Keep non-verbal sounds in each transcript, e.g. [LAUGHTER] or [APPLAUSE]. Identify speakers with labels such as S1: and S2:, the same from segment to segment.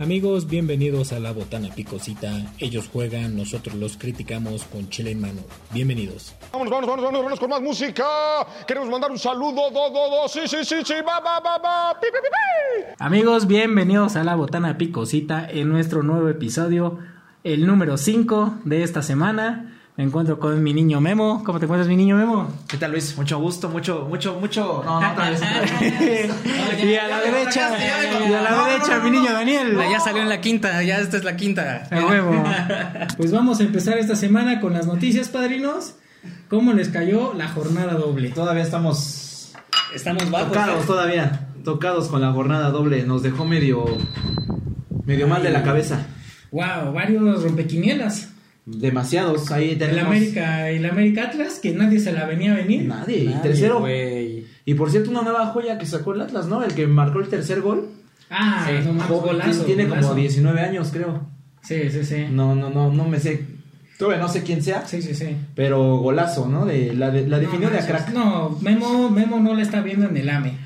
S1: Amigos, bienvenidos a La Botana Picosita. Ellos juegan, nosotros los criticamos con chile en mano. Bienvenidos.
S2: Vámonos, vámonos, vámonos, vámonos, vámonos con más música. Queremos mandar un saludo, do, do, do, sí, sí, sí, sí, va, va, va, va, pi, pi, pi, pi.
S3: Amigos, bienvenidos a La Botana Picosita en nuestro nuevo episodio, el número 5 de esta semana. Me encuentro con mi niño Memo. ¿Cómo te encuentras, mi niño [LAUGHS] Memo?
S4: ¿Qué tal, Luis? Mucho gusto, mucho, mucho, mucho. No, no, [LAUGHS] otra vez, otra vez.
S3: y a la derecha, y a la derecha, mi niño Daniel.
S5: Ya salió en la quinta, ya esta es la quinta.
S3: A huevo. Pues vamos a empezar esta semana con las noticias, padrinos. ¿Cómo les cayó la jornada doble?
S4: Todavía estamos
S5: Estamos bajos.
S4: tocados, todavía. Tocados con la jornada doble. Nos dejó medio. medio mal de la cabeza.
S3: Wow, varios rompequinielas.
S4: Demasiados. Ahí
S3: El
S4: tenemos.
S3: América, el América Atlas, que nadie se la venía a venir.
S4: Nadie. Y tercero.
S5: güey.
S4: Y por cierto, una nueva joya que sacó el Atlas, ¿no? El que marcó el tercer gol.
S3: Ah, no mames,
S4: Joven,
S3: golazo,
S4: tiene
S3: golazo.
S4: como 19 años, creo.
S3: Sí, sí, sí.
S4: No, no, no, no me sé. Todavía no sé quién sea.
S3: Sí, sí, sí.
S4: Pero golazo, ¿no? De, la, de- la definió
S3: no,
S4: de a crack.
S3: No, Memo, Memo no la está viendo en el E. AME.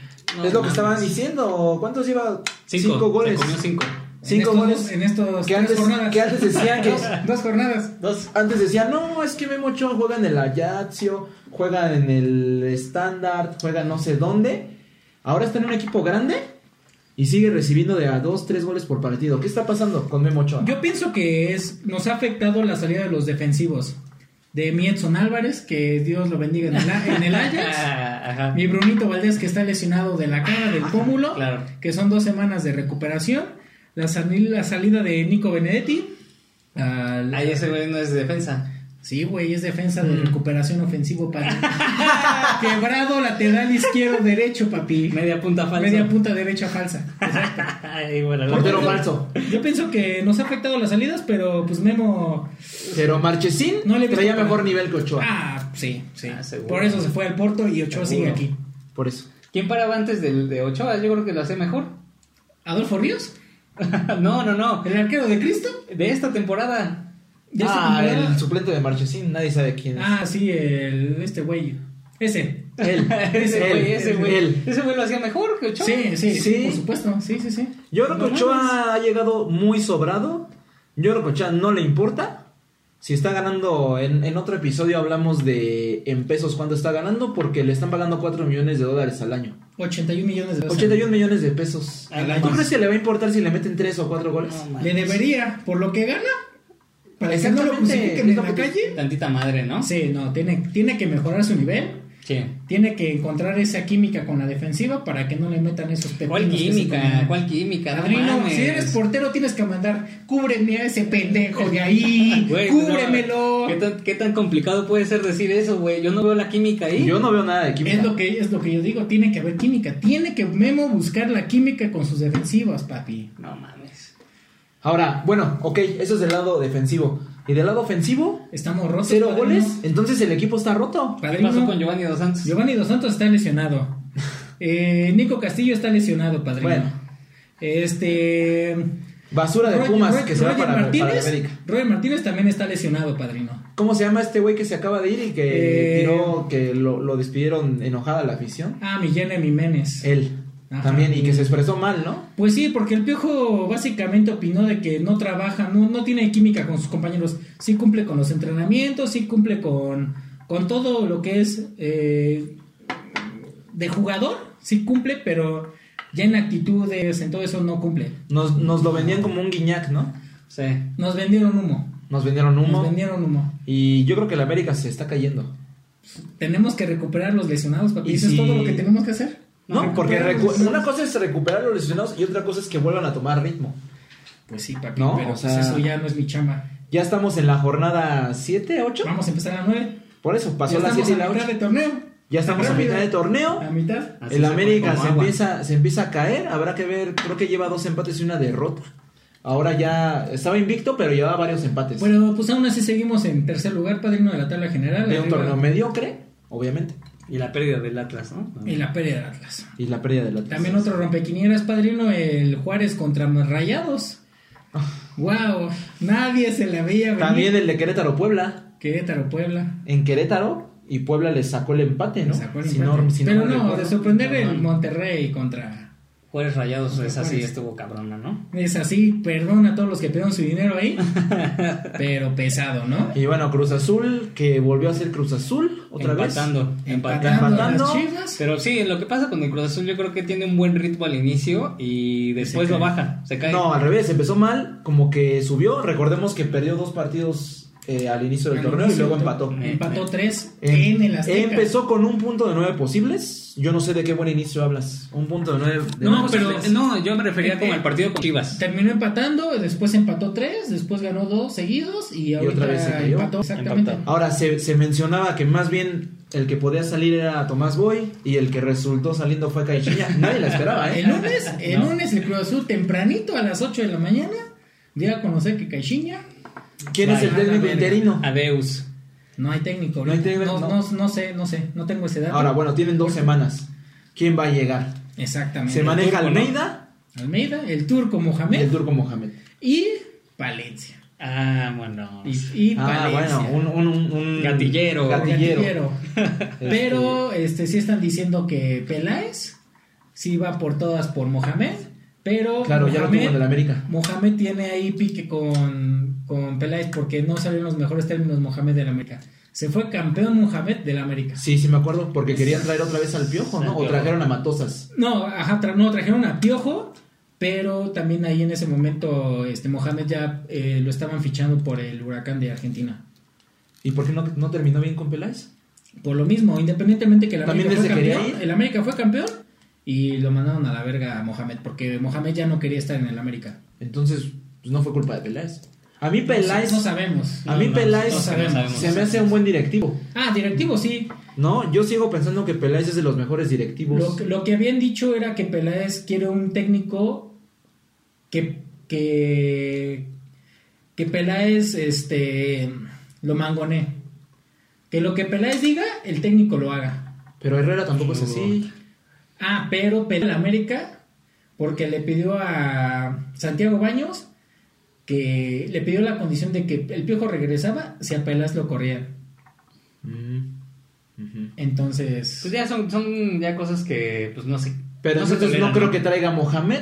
S4: es lo que estaban diciendo. ¿Cuántos lleva?
S5: Cinco,
S4: goles.
S5: Se comió cinco.
S4: Cinco
S3: en estos,
S4: goles.
S3: En estos
S4: que
S3: tres
S4: antes,
S3: jornadas.
S4: que antes decían que.
S3: [LAUGHS] Dos jornadas.
S4: dos. Antes decían, no, es que Memo Ochoa juega en el Ajaccio, juega en el Standard, juega no sé dónde. Ahora está en un equipo grande y sigue recibiendo de a dos, tres goles por partido. ¿Qué está pasando con Memo Ochoa?
S3: Yo pienso que es nos ha afectado la salida de los defensivos. De mi Edson Álvarez, que Dios lo bendiga en el, A- en el Ajax.
S5: Ah, [LAUGHS] ajá.
S3: Mi Brunito Valdés, que está lesionado de la cara del pómulo.
S5: claro.
S3: Que son dos semanas de recuperación. La, sali- la salida de Nico Benedetti. al-
S5: Ahí ese güey Mm. no es de defensa.
S3: Sí, güey, es defensa de recuperación ofensivo,
S5: [LAUGHS]
S3: papi. Quebrado lateral izquierdo derecho, papi.
S5: Media punta falsa.
S3: Media punta derecha falsa.
S5: [LAUGHS] Ay, bueno, la-
S4: Portero falso.
S3: Yo pienso que nos ha afectado las salidas, pero pues Memo.
S4: Pero Marchesín
S3: No le he visto
S4: traía
S3: para-
S4: mejor nivel que Ochoa.
S3: Ah, sí, sí.
S5: Ah, seguro.
S3: Por eso se fue al Porto y Ochoa sigue
S5: Seguro.
S3: aquí.
S4: Por eso.
S5: ¿Quién paraba antes del de Ochoa? Yo creo que lo hace mejor.
S3: ¿Adolfo Ríos?
S5: [LAUGHS] no, no, no.
S3: ¿El arquero de Cristo?
S5: De esta temporada.
S3: ¿De esta
S4: ah,
S3: temporada?
S4: el suplente de Marchesín, nadie sabe quién es.
S3: Ah, sí, el, este güey. [LAUGHS] Ese.
S4: Él.
S5: Ese
S4: Él.
S5: güey, ese güey.
S4: Él.
S5: Ese güey lo hacía mejor que Ochoa.
S3: Sí, sí, sí,
S4: Sí.
S3: por supuesto. Sí, sí, sí.
S4: Yo creo que
S5: No
S4: Ochoa ha llegado muy sobrado. Yo creo que Ochoa no le importa. Si está ganando, en, en otro episodio hablamos de en pesos cuánto está ganando, porque le están pagando 4 millones de dólares al año.
S3: 81 millones de dólares.
S4: 81 millones de pesos.
S5: Al
S4: ¿Tú
S5: año.
S4: crees que le va a importar si le meten 3 o 4 goles?
S5: No,
S3: Le debería, por lo que gana. Para que no lo
S4: Exactamente.
S3: crucifiquen en la
S4: Tampoco-
S3: calle.
S5: Tantita madre, ¿no?
S3: Sí, no, tiene, tiene que mejorar su nivel.
S5: Sí.
S3: Tiene que encontrar esa química con la defensiva para que no le metan esos pepinos.
S5: ¿Cuál
S3: que se
S5: química?
S3: comen.
S5: ¿Cuál química? No
S3: Padrino,
S5: mames.
S3: si eres portero tienes que mandar, cúbreme a ese pendejo de
S4: [LAUGHS]
S3: ahí,
S5: Güey,
S4: pues,
S3: cúbremelo.
S5: no, ¿Qué tan, qué tan complicado puede ser decir eso, güey? Yo no veo la química ahí.
S4: Yo no veo nada de química.
S3: Es lo, que, es lo que yo digo, tiene que haber química, tiene que Memo buscar la química con sus defensivas, papi.
S5: No mames.
S4: Ahora, bueno, ok, eso es del lado defensivo. Y del lado ofensivo,
S3: Estamos rotos.
S4: 0
S3: padrino.
S4: goles. Entonces el equipo está roto.
S5: ¿Qué
S3: Padrino,
S5: pasó con Giovanni Dos Santos?
S3: Giovanni Dos Santos está
S4: [LAUGHS]
S3: lesionado. Eh, Nico Castillo está lesionado, padrino.
S4: Bueno.
S3: Este.
S4: Basura de
S3: Roger-
S4: Pumas
S3: Roger-
S4: que se va
S3: Roger
S4: para, para
S3: Martínez,
S4: América.
S3: Roger Martínez también está lesionado, padrino.
S4: ¿Cómo se llama este güey que se acaba de ir y que
S3: Eh,
S4: tiró, que lo, lo despidieron enojada la afición?
S3: Ah, Millene Jiménez.
S4: Él.
S3: Ajá.
S4: También, y que se expresó mal, ¿no?
S3: Pues sí, porque el Piojo básicamente opinó de que no trabaja, no, no tiene química con sus compañeros. Sí cumple con los entrenamientos, sí cumple con, con todo lo que es eh, de jugador, sí cumple, pero ya en actitudes, en todo eso no cumple.
S4: Nos, nos lo vendían como un guiñac, ¿no?
S5: Sí.
S3: Nos vendieron humo.
S4: Nos vendieron humo.
S3: Nos vendieron humo.
S4: Y yo creo que la América se está cayendo.
S3: Tenemos que recuperar los lesionados, papi.
S4: Y
S3: Eso es
S4: si-
S3: todo lo que tenemos que hacer.
S4: ¿No?
S3: Recuperar
S4: Porque
S3: los
S4: recu-
S3: lesionados.
S4: una cosa es recuperar los lesionados y otra cosa es que vuelvan a tomar ritmo.
S3: Pues sí, papi,
S4: No,
S3: pero
S4: o sea-
S3: pues eso ya no es mi chamba.
S4: Ya estamos en la jornada 7, 8.
S3: Vamos a empezar a las 9.
S4: Por eso, pasó
S3: ya
S4: la 7
S3: estamos
S4: y
S3: a
S4: la
S3: mitad
S4: 8.
S3: de torneo.
S4: Ya estamos a
S3: Rápido.
S4: mitad de torneo.
S3: A mitad.
S5: Así
S4: El
S5: se fue
S4: América
S5: como
S4: se
S5: agua.
S4: empieza, se empieza a caer, habrá que ver, creo que lleva dos empates y una derrota. Ahora ya estaba invicto, pero llevaba varios empates.
S3: Bueno, pues aún así seguimos en tercer lugar, padrino de la tabla general.
S4: de un
S3: arriba-
S4: torneo mediocre, obviamente.
S5: Y la pérdida del Atlas, ¿no?
S3: Y la pérdida de Atlas.
S4: Y la pérdida del Atlas.
S3: También otro rompequinieras, padrino, el Juárez contra Rayados. Wow, nadie se la veía venir.
S4: También el de Querétaro Puebla.
S3: Querétaro, Puebla.
S4: En Querétaro y Puebla le sacó el empate, ¿no?
S3: sacó el
S4: Si
S3: empate.
S4: no- si no
S3: Pero
S4: me
S3: no,
S4: recuerdo.
S3: de sorprender
S5: No,
S3: el
S5: no.
S3: Monterrey contra
S5: Juárez Rayados es así,
S3: Juárez.
S5: estuvo cabrona, ¿no?
S3: Es así, perdón a todos los que pidieron su dinero
S4: [LAUGHS]
S3: ahí, pero pesado, ¿no?
S4: Y bueno, Cruz Azul, que volvió a ser Cruz Azul otra
S5: empatando,
S4: vez.
S5: empatando.
S3: a las
S4: empatando.
S3: Chivas.
S5: Pero sí, lo que pasa con el Cruz Azul yo creo que tiene un buen ritmo al inicio y después
S3: se
S5: lo
S3: cae.
S5: baja, se cae.
S4: No, al revés, empezó mal, como que subió. Recordemos que perdió dos partidos eh, al inicio del
S3: Al
S4: torneo y
S3: inicio
S4: luego
S3: del
S4: empató.
S3: Empató tres
S4: Em-
S3: en el Azteca.
S4: Empezó con un punto de nueve posibles. Yo no sé de qué buen inicio hablas. Un punto de nueve. de
S5: no,
S4: nueve
S5: pero
S4: posibles.
S5: no, yo me refería como al partido con Chivas.
S3: Terminó empatando, después empató tres, después ganó dos seguidos y ahorita
S4: otra vez se cayó.
S3: empató exactamente.
S5: Empatado.
S4: Ahora, se, se mencionaba que más bien el que podía salir era Tomás Boy y el que resultó saliendo fue
S3: [LAUGHS]
S4: Caixinha. Nadie la esperaba,
S3: El
S4: ¿eh? [LAUGHS]
S3: lunes, el
S5: No.
S3: lunes el Cruz Azul tempranito a las 8 de la mañana dio a conocer que Caixinha
S4: ¿Quién es el
S3: Vale.
S4: técnico interino?
S5: Adeus.
S3: no hay técnico.
S4: No hay
S3: ahorita.
S4: técnico,
S3: no,
S4: no.
S3: no- no sé, no sé, no tengo ese dato.
S4: Ahora, bueno, tienen dos semanas. ¿Quién va a llegar?
S3: Exactamente.
S4: Se maneja
S5: turco, ¿no?
S4: Almeida
S3: Almeida, el turco
S4: y el
S3: Mohamed
S4: turco Mohamed.
S3: y Palencia.
S5: Ah, bueno.
S3: Y, y
S4: Ah,
S3: Palencia.
S4: bueno, un, un, un- un-
S5: Gatillero.
S4: Gatillero.
S3: Gatillero.
S4: Este,
S3: Pero este sí están diciendo que Peláez sí va por todas por Mohamed, pero
S4: Claro, ya lo tuvo en el
S3: Mohamed,
S4: América.
S3: Mohamed tiene ahí pique con, con Peláez porque no salieron los mejores términos Mohamed del América. Se fue campeón Mohamed del América.
S4: Sí, sí, me acuerdo, porque querían traer otra vez al Piojo,
S5: Al
S4: ¿no? O
S5: Piojo.
S4: trajeron a Matosas.
S3: No, ajá, tra- no, trajeron a Piojo, pero también ahí en ese momento este Mohamed ya eh, lo estaban fichando por el Huracán de Argentina.
S4: ¿Y por qué no, no terminó bien con Peláez?
S3: Por lo mismo, independientemente que el
S4: También
S3: América fue
S4: desde que
S3: campeón,
S4: quería ir.
S3: el América fue campeón y lo mandaron a la verga a Mohamed porque Mohamed ya no quería estar en el América.
S4: Entonces, pues no fue culpa de Peláez. A mí Peláez,
S3: no sabemos.
S4: a mí
S5: no,
S4: Peláez
S3: no sabemos.
S4: se me hace un buen directivo.
S3: Ah, directivo sí.
S4: No, yo sigo pensando que Peláez es de los mejores directivos.
S3: Lo, que- lo que habían dicho era que Peláez quiere un técnico que que que Peláez este lo mangone. Que lo que Peláez diga, el técnico lo haga.
S4: Pero Herrera tampoco es así.
S3: Ah, pero peló la América porque le pidió a Santiago Baños que le pidió la condición de que el piojo regresaba si a Pelas lo corrían.
S4: Mm, ujú.
S3: Entonces,
S5: Pues ya son, son ya cosas que pues no sé.
S4: Pero
S5: no se
S4: entonces no creo
S5: toleran,
S4: que traiga a Mohamed.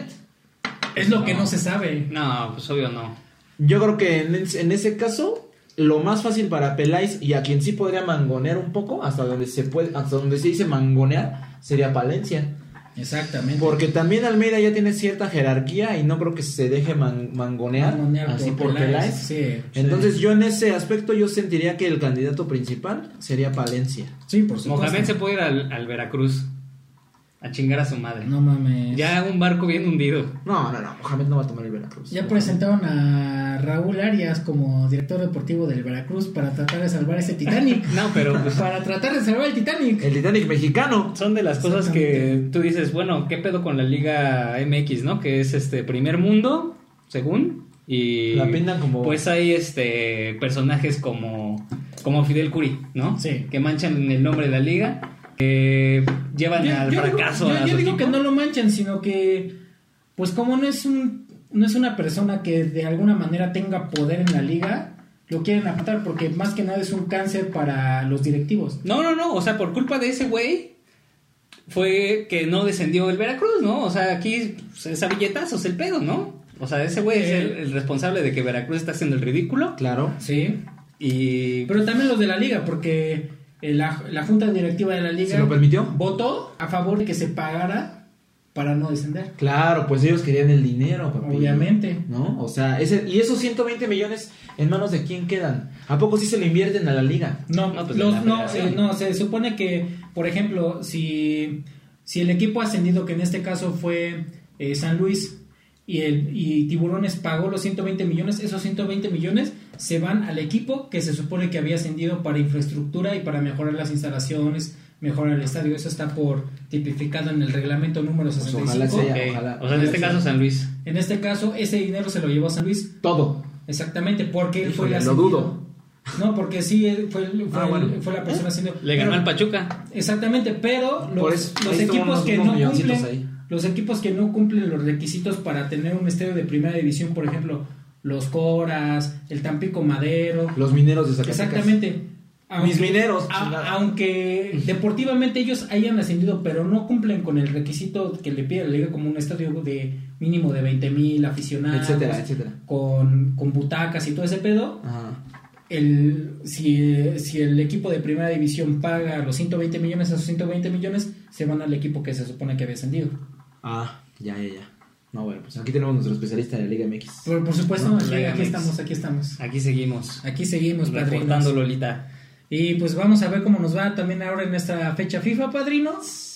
S3: es lo que
S5: no.
S3: no se sabe.
S5: No, pues obvio no.
S4: Yo creo que en, es- en ese caso, lo más fácil para Peláez y a quien sí podría mangonear un poco, hasta donde se puede, hasta donde se dice mangonear, sería Palencia.
S3: Exactamente.
S4: Porque también Almeida ya tiene cierta jerarquía y no creo que se deje man- mangonear,
S3: Mangonear
S4: así por Peláez.
S3: Peláez, Sí,
S4: Entonces yo en ese aspecto yo sentiría que el candidato principal sería Palencia.
S3: sí, por supuesto.
S5: Mohamed se puede ir al, al Veracruz a chingar a su madre.
S3: No mames. Ya,
S5: Ya un barco bien hundido.
S4: No, no, no, Mohamed no va a tomar el Veracruz.
S3: presentaron a Raúl Arias como director deportivo del Veracruz para tratar de salvar ese
S4: [LAUGHS]
S3: Titanic.
S5: No, pero pues
S3: para tratar de salvar el Titanic.
S4: El Titanic mexicano.
S5: son de las cosas que tú dices, bueno, ¿qué pedo con la Liga MX, no? Que es este primer mundo, según. Y
S4: La pintan como-
S5: pues hay este personajes como como Fidel Curi, ¿no?
S3: Sí.
S5: Que manchan el nombre de la liga, que llevan al
S3: digo-
S5: fracaso
S3: yo- yo
S5: a su
S3: digo
S5: equipo.
S3: que no lo manchan, sino que, pues como no es un, no es una persona que de alguna manera tenga poder en la liga, lo quieren apartar porque más que nada es un cáncer para los directivos.
S5: No, no, no, o sea, por culpa de ese güey fue que no descendió el Veracruz, ¿no? O sea, aquí pues, es a billetazos el pedo, ¿no? O sea, ese güey es
S3: Eh.
S5: el, el responsable de que Veracruz está haciendo el ridículo
S4: Claro.
S3: Sí.
S5: y...
S3: Pero también los de la liga, porque eh, la, la junta directiva de la liga
S4: ¿Se lo permitió?
S3: votó a favor de que se pagara para no descender.
S4: Claro, pues ellos querían el dinero, papi.
S3: Obviamente.
S4: ¿No? O sea, ese, y esos 120 millones, ¿en manos de quién quedan? ¿A poco sí se lo invierten a la liga?
S3: No,
S5: No, pues,
S3: los-
S5: en la
S3: no,
S5: federación.
S3: eh, no, se supone que, por ejemplo, si, si el equipo ascendido, que en este caso fue eh, San Luis, y, el, y Tiburones pagó los 120 millones, esos 120 millones se van al equipo que se supone que había ascendido para infraestructura y para mejorar las instalaciones, mejorar el estadio. Eso está por tipificado en el reglamento número
S4: Pues
S3: 65.
S4: ojalá sea.
S5: Ok.
S4: ojalá-
S5: o sea, en este
S4: ojalá
S5: caso San Luis.
S3: En este caso, ese dinero se lo llevó San Luis,
S4: Todo.
S3: exactamente, porque él fue el
S4: Híjole, lo
S3: ascendido.
S4: dudo.
S3: No, porque sí, él fue, el- fue
S4: Ah,
S3: el-
S4: bueno.
S3: fue la persona ascendido.
S5: Le ganó
S3: Pero-
S5: al Pachuca.
S3: Exactamente, pero los,
S4: Por eso,
S3: los
S4: ahí estuvo
S3: equipos
S4: unos-
S3: que
S4: unos
S3: no
S4: milloncitos
S3: cumplen,
S4: ahí.
S3: los equipos que no cumplen los requisitos para tener un estadio de primera división, por ejemplo, los Coras, el Tampico Madero,
S4: Los mineros de Zacatecas.
S3: exactamente,
S4: Mis mineros,
S3: a-
S4: chingada. [LAUGHS]
S3: aunque deportivamente ellos hayan ascendido, pero no cumplen con el requisito que le pide la liga como un estadio de mínimo de 20 mil aficionados,
S4: Etcétera, etcétera.
S3: Con, con butacas y todo ese pedo,
S4: Ajá.
S3: el, si, si el equipo de primera división paga los 120 millones, esos 120 millones se van al equipo que se supone que había ascendido.
S4: Ah, ya, ya, ya. No, bueno, pues aquí tenemos nuestro especialista de la Liga MX.
S3: Por, por supuesto,
S5: No,
S3: aquí,
S5: Liga
S3: aquí
S5: MX.
S3: estamos, aquí estamos.
S5: Aquí seguimos.
S3: Aquí seguimos, padrinos.
S5: Reportando Lolita.
S3: Y pues vamos a ver cómo nos va también ahora en nuestra fecha FIFA, padrinos.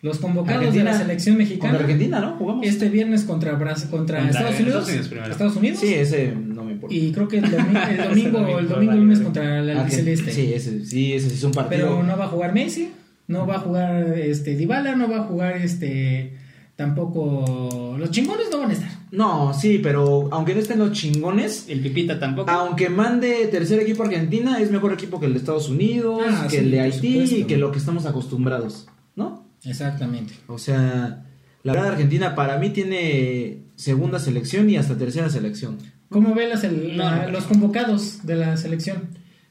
S3: Los convocados
S4: Argentina.
S3: de la selección
S4: Contra
S3: mexicana.
S4: Argentina, ¿no? Jugamos.
S3: Este viernes contra, Bras- contra,
S5: Contra
S3: Estados Unidos.
S5: Estados Unidos primero.
S3: Estados Unidos.
S4: Sí, ese no me importa.
S3: Y creo que el, domi- [LAUGHS] el domingo, el
S5: Ese
S3: domingo
S5: domingo,
S3: lunes
S5: vale,
S3: contra la
S4: Argen-
S3: albiceleste.
S4: Sí, ese, sí, ese sí es un partido.
S3: Pero no va a jugar Messi, no va a jugar este Dybala, no va a jugar este tampoco los chingones no van a estar.
S4: No, sí, pero aunque no estén los chingones,
S5: El Pipita tampoco.
S4: aunque mande tercer equipo a Argentina, es mejor equipo que el de Estados Unidos,
S3: Ah,
S4: que
S3: sí,
S4: el de
S3: por
S4: Haití y
S3: supuesto.
S4: que lo que estamos acostumbrados, ¿no?
S3: Exactamente.
S4: O sea, la verdad Argentina para mí tiene segunda selección y hasta tercera selección.
S3: ¿Cómo ve la sele-
S5: No,
S3: la-
S5: no.
S3: los convocados de la selección?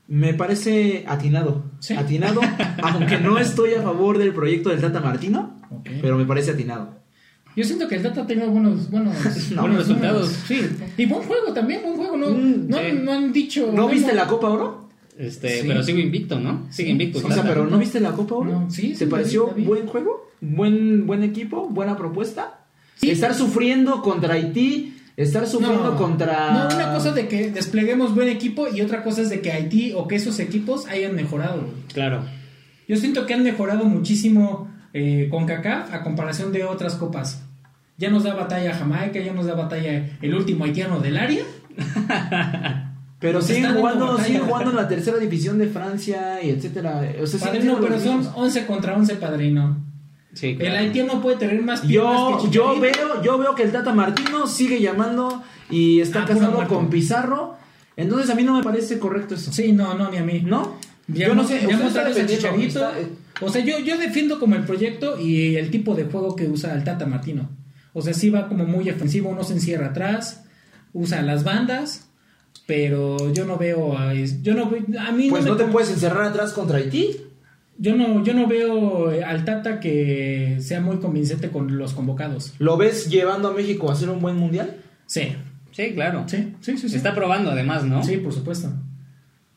S4: Me parece atinado,
S3: Sí. [LAUGHS]
S4: atinado, aunque no estoy a favor del proyecto del Tata Martino,
S3: Ok.
S4: pero me parece atinado.
S3: Yo siento que el Tata tenga buenos, buenos,
S4: No,
S5: buenos resultados.
S3: Sí. Y buen juego también, buen juego. No,
S4: Mm,
S3: no,
S5: sí.
S3: no han dicho.
S4: ¿No viste
S3: hemos-
S4: la Copa Oro?
S5: Este,
S3: Sí.
S5: pero sigo invicto, ¿no? Sigue invicto.
S4: O sea,
S5: Tata.
S4: pero ¿no viste la Copa Oro?
S3: Pues No, sí, sí,
S4: ¿Te
S3: la vi,
S4: pareció
S3: la vi.
S4: buen juego? ¿Buen, buen equipo? ¿Buena propuesta?
S3: Sí.
S4: Estar sufriendo contra Haití, estar sufriendo contra...
S3: No, una cosa de que despleguemos buen equipo y otra cosa es de que Haití o que esos equipos hayan mejorado.
S5: Claro.
S3: Yo siento que han mejorado muchísimo eh, con CACAF a comparación de otras copas. Ya nos da batalla Jamaica, ya nos da batalla el último haitiano del área.
S4: Pero
S3: Nos
S4: siguen
S3: están dando
S4: jugando,
S3: batalla.
S4: siguen jugando en la tercera división de Francia y etcétera. O sea, siguen
S3: Padrino,
S4: siendo los
S3: pero son
S4: mismos.
S3: 11 contra 11, padrino.
S5: Sí,
S3: El
S5: claro.
S3: haitiano puede tener más piernas
S4: Yo,
S3: que
S4: yo
S3: Chicharito.
S4: veo, yo veo que el Tata Martino sigue llamando y está
S3: Ah, puro
S4: casado
S3: muerto.
S4: con Pizarro. Entonces a mí no me parece correcto eso.
S3: Sí, no, no, ni a mí.
S4: ¿No?
S3: Ya
S4: yo no
S3: mo- ya
S4: sé. usted está
S3: mostrarles el
S4: defendiendo-
S3: Chicharito.
S4: está- eh,
S3: O sea, yo, yo defiendo como el proyecto y el tipo de juego que usa el Tata Martino. O sea, sí va como muy ofensivo, no se encierra atrás, usa las bandas, pero yo no veo a, yo no ve- a mí
S4: Pues
S3: no,
S4: no
S3: me-
S4: te puedes encerrar atrás contra Haití.
S3: yo no yo no veo al Tata que sea muy convincente con los convocados.
S4: ¿Lo ves llevando a México a hacer un buen mundial?
S3: Sí.
S5: Sí, claro.
S3: Sí, sí, sí. sí.
S5: Se está probando además, ¿no?
S3: Sí, por supuesto.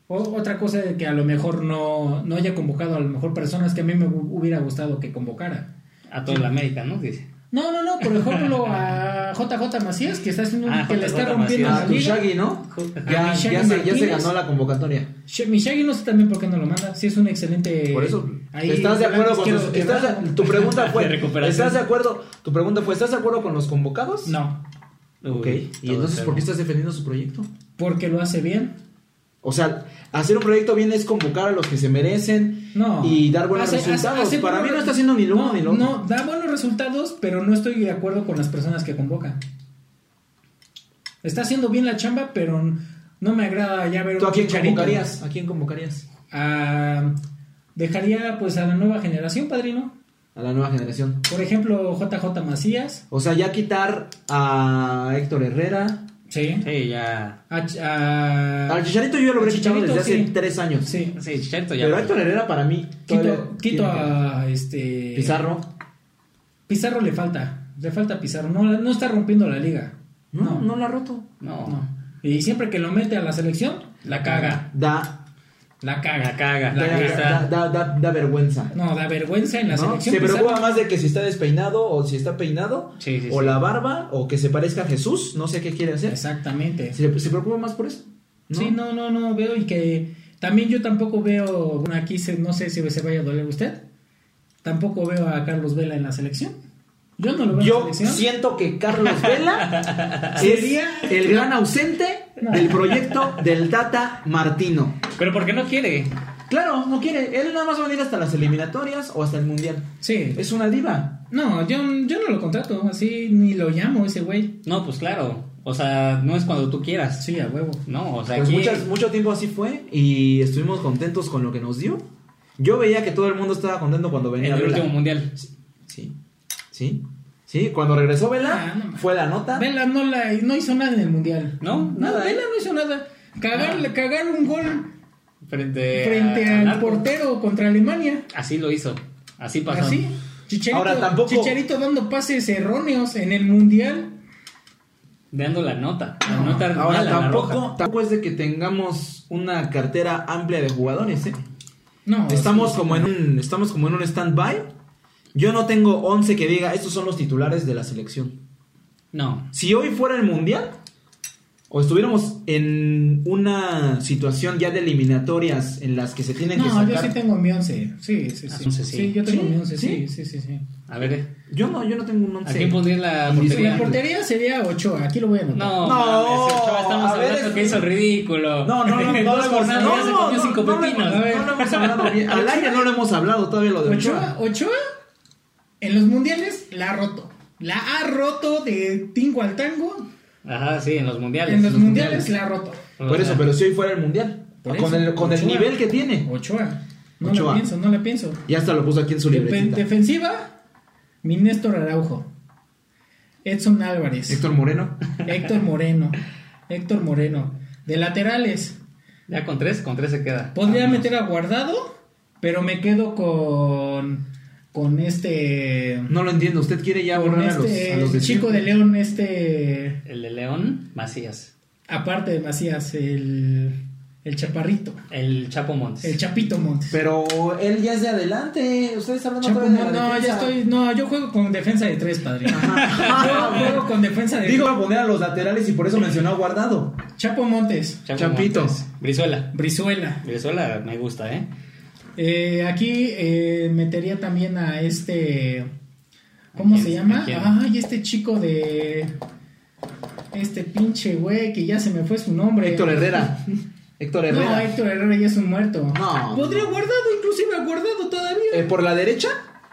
S3: O- otra cosa de que a lo mejor no, no haya convocado a lo mejor personas que a mí me hu- hubiera gustado que convocara.
S5: A toda la América, ¿no? Dice.
S3: No, no, no, por ejemplo a JJ Macías, que está haciendo un-
S5: Ah,
S3: que le está
S5: JJ
S3: rompiendo
S5: Macías. Ah,
S4: A
S3: la liga.
S4: Kushagi, ¿no?
S3: A Mishagi
S4: Ya, ya se, ya se
S3: Martínez.
S4: ganó la convocatoria.
S3: Sh- Mishagi no sé también por qué no lo manda, sí es un excelente...
S4: Por eso,
S3: ahí,
S4: ¿estás de acuerdo con
S3: izquierdo
S4: los,
S3: que
S4: estás
S3: va.
S4: de- tu pregunta
S5: [LAUGHS] De
S4: fue,
S5: recuperación.
S4: ¿estás de acuerdo? Tu pregunta fue, ¿estás de acuerdo con los convocados?
S3: No,
S4: Ok.
S5: Uy,
S4: ¿Y
S5: todo
S4: entonces por qué
S5: enfermo.
S4: estás defendiendo su proyecto?
S3: porque lo hace bien.
S4: O sea, hacer un proyecto bien es convocar a los que se merecen
S3: No.
S4: y dar buenos
S3: Hace- hace-
S4: resultados.
S3: hace
S4: Para mí
S3: buenos-
S4: no está haciendo ni lo uno
S3: no,
S4: ni lo otro.
S3: No, da buenos resultados, pero no estoy de acuerdo con las personas que convoca. Está haciendo bien la chamba, pero no me agrada ya ver
S4: ¿Tú a
S3: un
S4: quién
S3: Chicharito.
S4: convocarías? ¿A quién convocarías?
S3: Ah, dejaría pues a la nueva generación, padrino.
S4: A la nueva generación.
S3: Por ejemplo, JJ Macías.
S4: O sea, ya quitar a Héctor Herrera.
S3: Sí.
S5: Sí, ya.
S3: A, Ch- a-
S4: Al Chicharito yo Ah, ya lo
S3: Al
S4: habría quitado
S3: Chicharito,
S4: desde hace
S3: sí.
S4: tres años.
S3: Sí.
S5: Sí, cierto, ya.
S4: Pero Héctor Herrera para mí. todavía
S3: Quito, quito
S4: tiene que-
S3: a este
S4: Pizarro.
S3: Pizarro le falta. Le falta Pizarro. No, no está rompiendo la liga.
S4: No, no la ha roto.
S5: No.
S3: No. Y siempre que lo mete a la selección, la caga.
S4: Da,
S3: La caga.
S5: La caga.
S4: da,
S5: Ahí está.
S4: da, da- da- da vergüenza.
S3: No, da vergüenza en la
S4: ¿no?
S3: selección.
S4: Se
S3: Pizarro.
S4: preocupa más de que si está despeinado o si está peinado.
S5: Sí, sí,
S4: o
S5: sí.
S4: la barba o que se parezca a Jesús. No sé qué quiere hacer.
S3: Exactamente.
S4: Se, se preocupa más por eso. ¿no?
S3: Sí, no, no, no veo y que también yo tampoco veo, bueno, aquí se- no sé si se vaya a doler usted, tampoco veo a Carlos Vela en la selección. Yo no lo veo en
S4: Yo
S3: la selección.
S4: siento que Carlos Vela [LAUGHS] sería el gran ausente
S3: No.
S4: del proyecto del Tata Martino.
S5: Pero porque no quiere.
S4: Claro, no quiere. Él nada más va a venir hasta las eliminatorias o hasta el mundial.
S3: Sí.
S4: Es una diva.
S3: No, yo, yo no lo contrato, así ni lo llamo ese güey.
S5: No, pues claro. O sea, no es cuando tú quieras.
S3: Sí, a huevo.
S5: No, o sea,
S4: Pues
S5: aquí.
S4: muchas- mucho tiempo así fue y estuvimos contentos con lo que nos dio. Yo veía que todo el mundo estaba contento cuando
S5: En
S4: venía
S5: el
S4: Vela.
S5: último mundial.
S4: Sí, sí, sí. Cuando regresó Vela,
S3: Ah, no mames.
S4: fue la nota.
S3: Vela no, la, no hizo nada en el Mundial.
S5: No,
S3: No,
S5: nada.
S3: Vela no hizo nada. Cagar, cagar un gol
S5: Frente, a-
S3: frente al
S5: arco.
S3: portero contra Alemania.
S5: Así lo hizo. Así pasó.
S3: Así. Chicharito,
S4: Ahora, tampoco-
S3: Chicharito dando pases erróneos en el mundial.
S5: Dando la nota. La nota
S4: Ahora
S5: mala, la roja.
S4: tampoco, tampoco es de que tengamos una cartera amplia de jugadores, ¿eh?
S3: No,
S4: Estamos
S3: sí,
S4: como en un estamos como en un stand-by. Yo no tengo 11 que diga, estos son los titulares de la selección.
S5: No.
S4: Si hoy fuera el mundial o estuviéramos en una situación ya de eliminatorias en las que se tienen que
S3: No,
S4: sacar
S3: yo sí tengo mi 11. Sí, sí,
S5: Ah,
S3: sí.
S5: once, sí.
S3: sí. yo tengo
S4: ¿Sí?
S3: mi 11. Sí,
S4: ¿Sí?
S3: sí, sí, sí.
S5: A ver. eh.
S4: Yo no, yo no tengo un
S5: ¿A
S4: 11.
S5: quién pondría la portería?
S3: La portería sería Ochoa. Aquí lo voy a anotar.
S5: No,
S4: No,
S5: mames, Ochoa, estamos
S4: a ver,
S5: hablando
S4: es-
S5: que hizo el ridículo.
S4: No, no, no, no, [LAUGHS]
S5: En
S4: no, lo
S5: dos
S4: hemos-
S5: jornadas
S4: no,
S5: ya se comió
S4: no,
S5: cinco
S4: no, no,
S5: pepinos.
S4: no, no lo hemos hablado bien. Al aire no lo hemos hablado todavía lo de Ochoa.
S3: Ochoa, Ochoa, en los mundiales la ha roto. La ha roto de tingo al tango.
S5: Ajá, sí, en los mundiales.
S3: En los mundiales la ha roto.
S5: O
S4: Por eso,
S5: sea,
S4: pero si hoy fuera el mundial.
S3: Por
S4: con
S3: eso,
S4: el, con el
S3: Ochoa.
S4: nivel que tiene.
S3: Ochoa. No
S4: Ochoa.
S3: la pienso, no la pienso.
S4: Y hasta lo puso aquí en su
S3: Defen-
S4: libretita.
S3: defensiva, mi Néstor Araujo. Edson Álvarez.
S4: Héctor Moreno.
S3: Héctor Moreno. Héctor Moreno. De laterales.
S5: Ya con tres, con tres se queda.
S3: Podría meter a guardado, pero me quedo con. con este.
S4: No lo entiendo. Usted quiere ya
S3: con
S4: borrar a los,
S3: este
S4: a los
S3: chico
S4: siempre.
S3: de León, este.
S5: El de León, Macías.
S3: Aparte de Macías, el. el chaparrito.
S5: El Chapo Montes.
S3: El Chapito Montes.
S4: Pero él ya es de adelante. Ustedes hablan
S3: Chapo
S4: otra vez de
S3: Montes,
S4: la
S3: no,
S4: defensa.
S3: ya estoy. No, yo juego con defensa de tres, padre. Yo juego con defensa de
S4: Digo, voy a poner a los laterales y por eso mencionó a Guardado.
S3: Chapo Montes.
S4: Chapito.
S5: Montes. Brizuela.
S3: Brizuela.
S5: Brizuela me gusta, ¿eh?
S3: Eh, aquí eh, metería también a este. ¿Cómo
S5: ¿A quién?
S3: se llama?
S5: ¿A quién?
S3: Ay, este chico de. Este pinche güey que ya se me fue su nombre.
S4: Héctor Herrera.
S3: [LAUGHS]
S4: Héctor Herrera.
S3: No, Héctor Herrera ya es un muerto.
S4: No.
S3: Podría guardado, inclusive guardado todavía.
S4: Eh, ¿Por la derecha?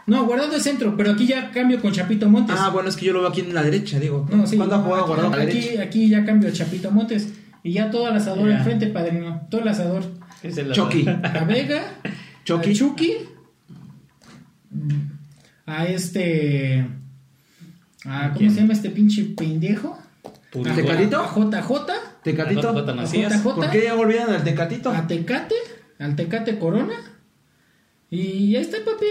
S3: No, guardado es centro, pero aquí ya cambio con Chapito Montes.
S4: Ah, bueno, es que yo lo veo aquí en la derecha, digo.
S3: No, sí.
S4: ¿Cuándo ha jugado
S3: aquí,
S4: Guardado a la
S3: aquí,
S4: derecha?
S3: aquí ya cambio a Chapito Montes. Y ya todo el asador
S5: Ya.
S3: enfrente, padrino. Todo el asador.
S5: Es el
S4: Chucky.
S3: A Vega.
S4: Chucky.
S3: A Chucky. A este. A, ¿Cómo
S5: ¿Quién?
S3: se llama este pinche pendejo?
S5: Pulido.
S3: A-
S4: ¿Tecatito?
S3: A JJ.
S5: J-
S4: ¿Tecatito?
S5: J- Macías.
S3: JJ.
S4: ¿Por qué ya olvidan al Tecatito?
S3: A Tecate. Al Tecate Corona. Y ahí está, papi.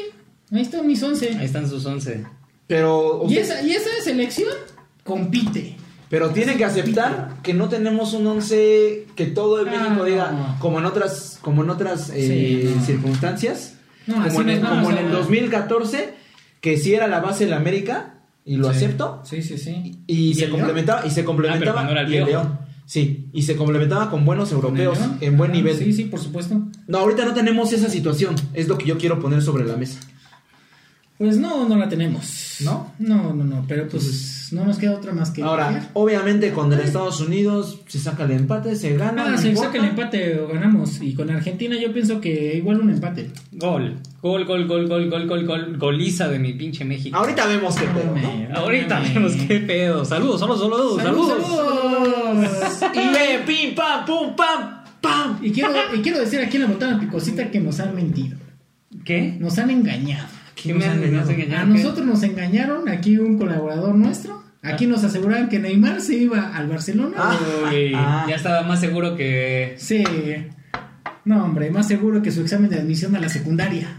S3: Ahí están mis
S5: Ahí
S3: 11.
S5: están sus once.
S4: Pero,
S3: Y
S4: usted-
S3: esa, y esa selección compite.
S4: pero tiene que aceptar que no tenemos un once que todo el
S3: Ah,
S4: México diga,
S3: no.
S4: como en otras, como en otras eh,
S3: Sí, no.
S4: circunstancias,
S3: No, así
S4: como, en el,
S3: nos vamos
S4: como en
S3: a
S4: el
S3: ver.
S4: 2014, que sí era la base de la América, y lo
S3: Sí.
S4: acepto,
S3: Sí, sí, sí.
S4: y,
S5: ¿Y
S4: se
S5: el
S4: complementaba, y
S3: Ah,
S4: se
S5: pero
S4: complementaba
S5: cuando era el
S4: y el
S5: León.
S4: León. Sí, y se complementaba con buenos europeos,
S3: ¿Con el León?
S4: en buen
S3: Ah,
S4: nivel.
S3: Sí, sí, por supuesto.
S4: No, ahorita no tenemos esa situación, es lo que yo quiero poner sobre la mesa.
S3: Pues no, no la tenemos.
S4: ¿No?
S3: No, no, no, pero pues no nos queda otra más que.
S4: Ahora, obviamente con el Estados Unidos se saca el empate, se gana.
S3: Nada,
S4: ah, no
S3: se
S4: importa.
S3: saca el empate o ganamos. Y con Argentina yo pienso que igual un empate.
S5: Gol. Gol, gol, gol, gol, gol, gol, gol. Goliza de mi pinche México.
S4: Ahorita Ah, vemos qué pedo, ¿no?
S3: Hombre,
S5: Ahorita
S3: hombre.
S5: vemos qué pedo. Saludos, solo saludos, saludos.
S3: ¡Saludos! saludos.
S4: Y ve, pim, pam, pum, pam, pam.
S3: Y quiero, y quiero decir aquí en la botana picosita que nos han mentido.
S5: ¿Qué?
S3: Nos han engañado.
S5: ¿Qué me
S4: nos
S5: han
S4: han
S5: engañado?
S4: engañado?
S3: A
S5: ¿Qué?
S3: nosotros nos engañaron. Aquí un colaborador nuestro. Aquí nos aseguraban que Neymar se iba al Barcelona.
S4: Ah.
S5: Uy,
S4: Ah.
S5: ya estaba más seguro que.
S3: Sí. No, hombre, más seguro que su examen de admisión a la secundaria.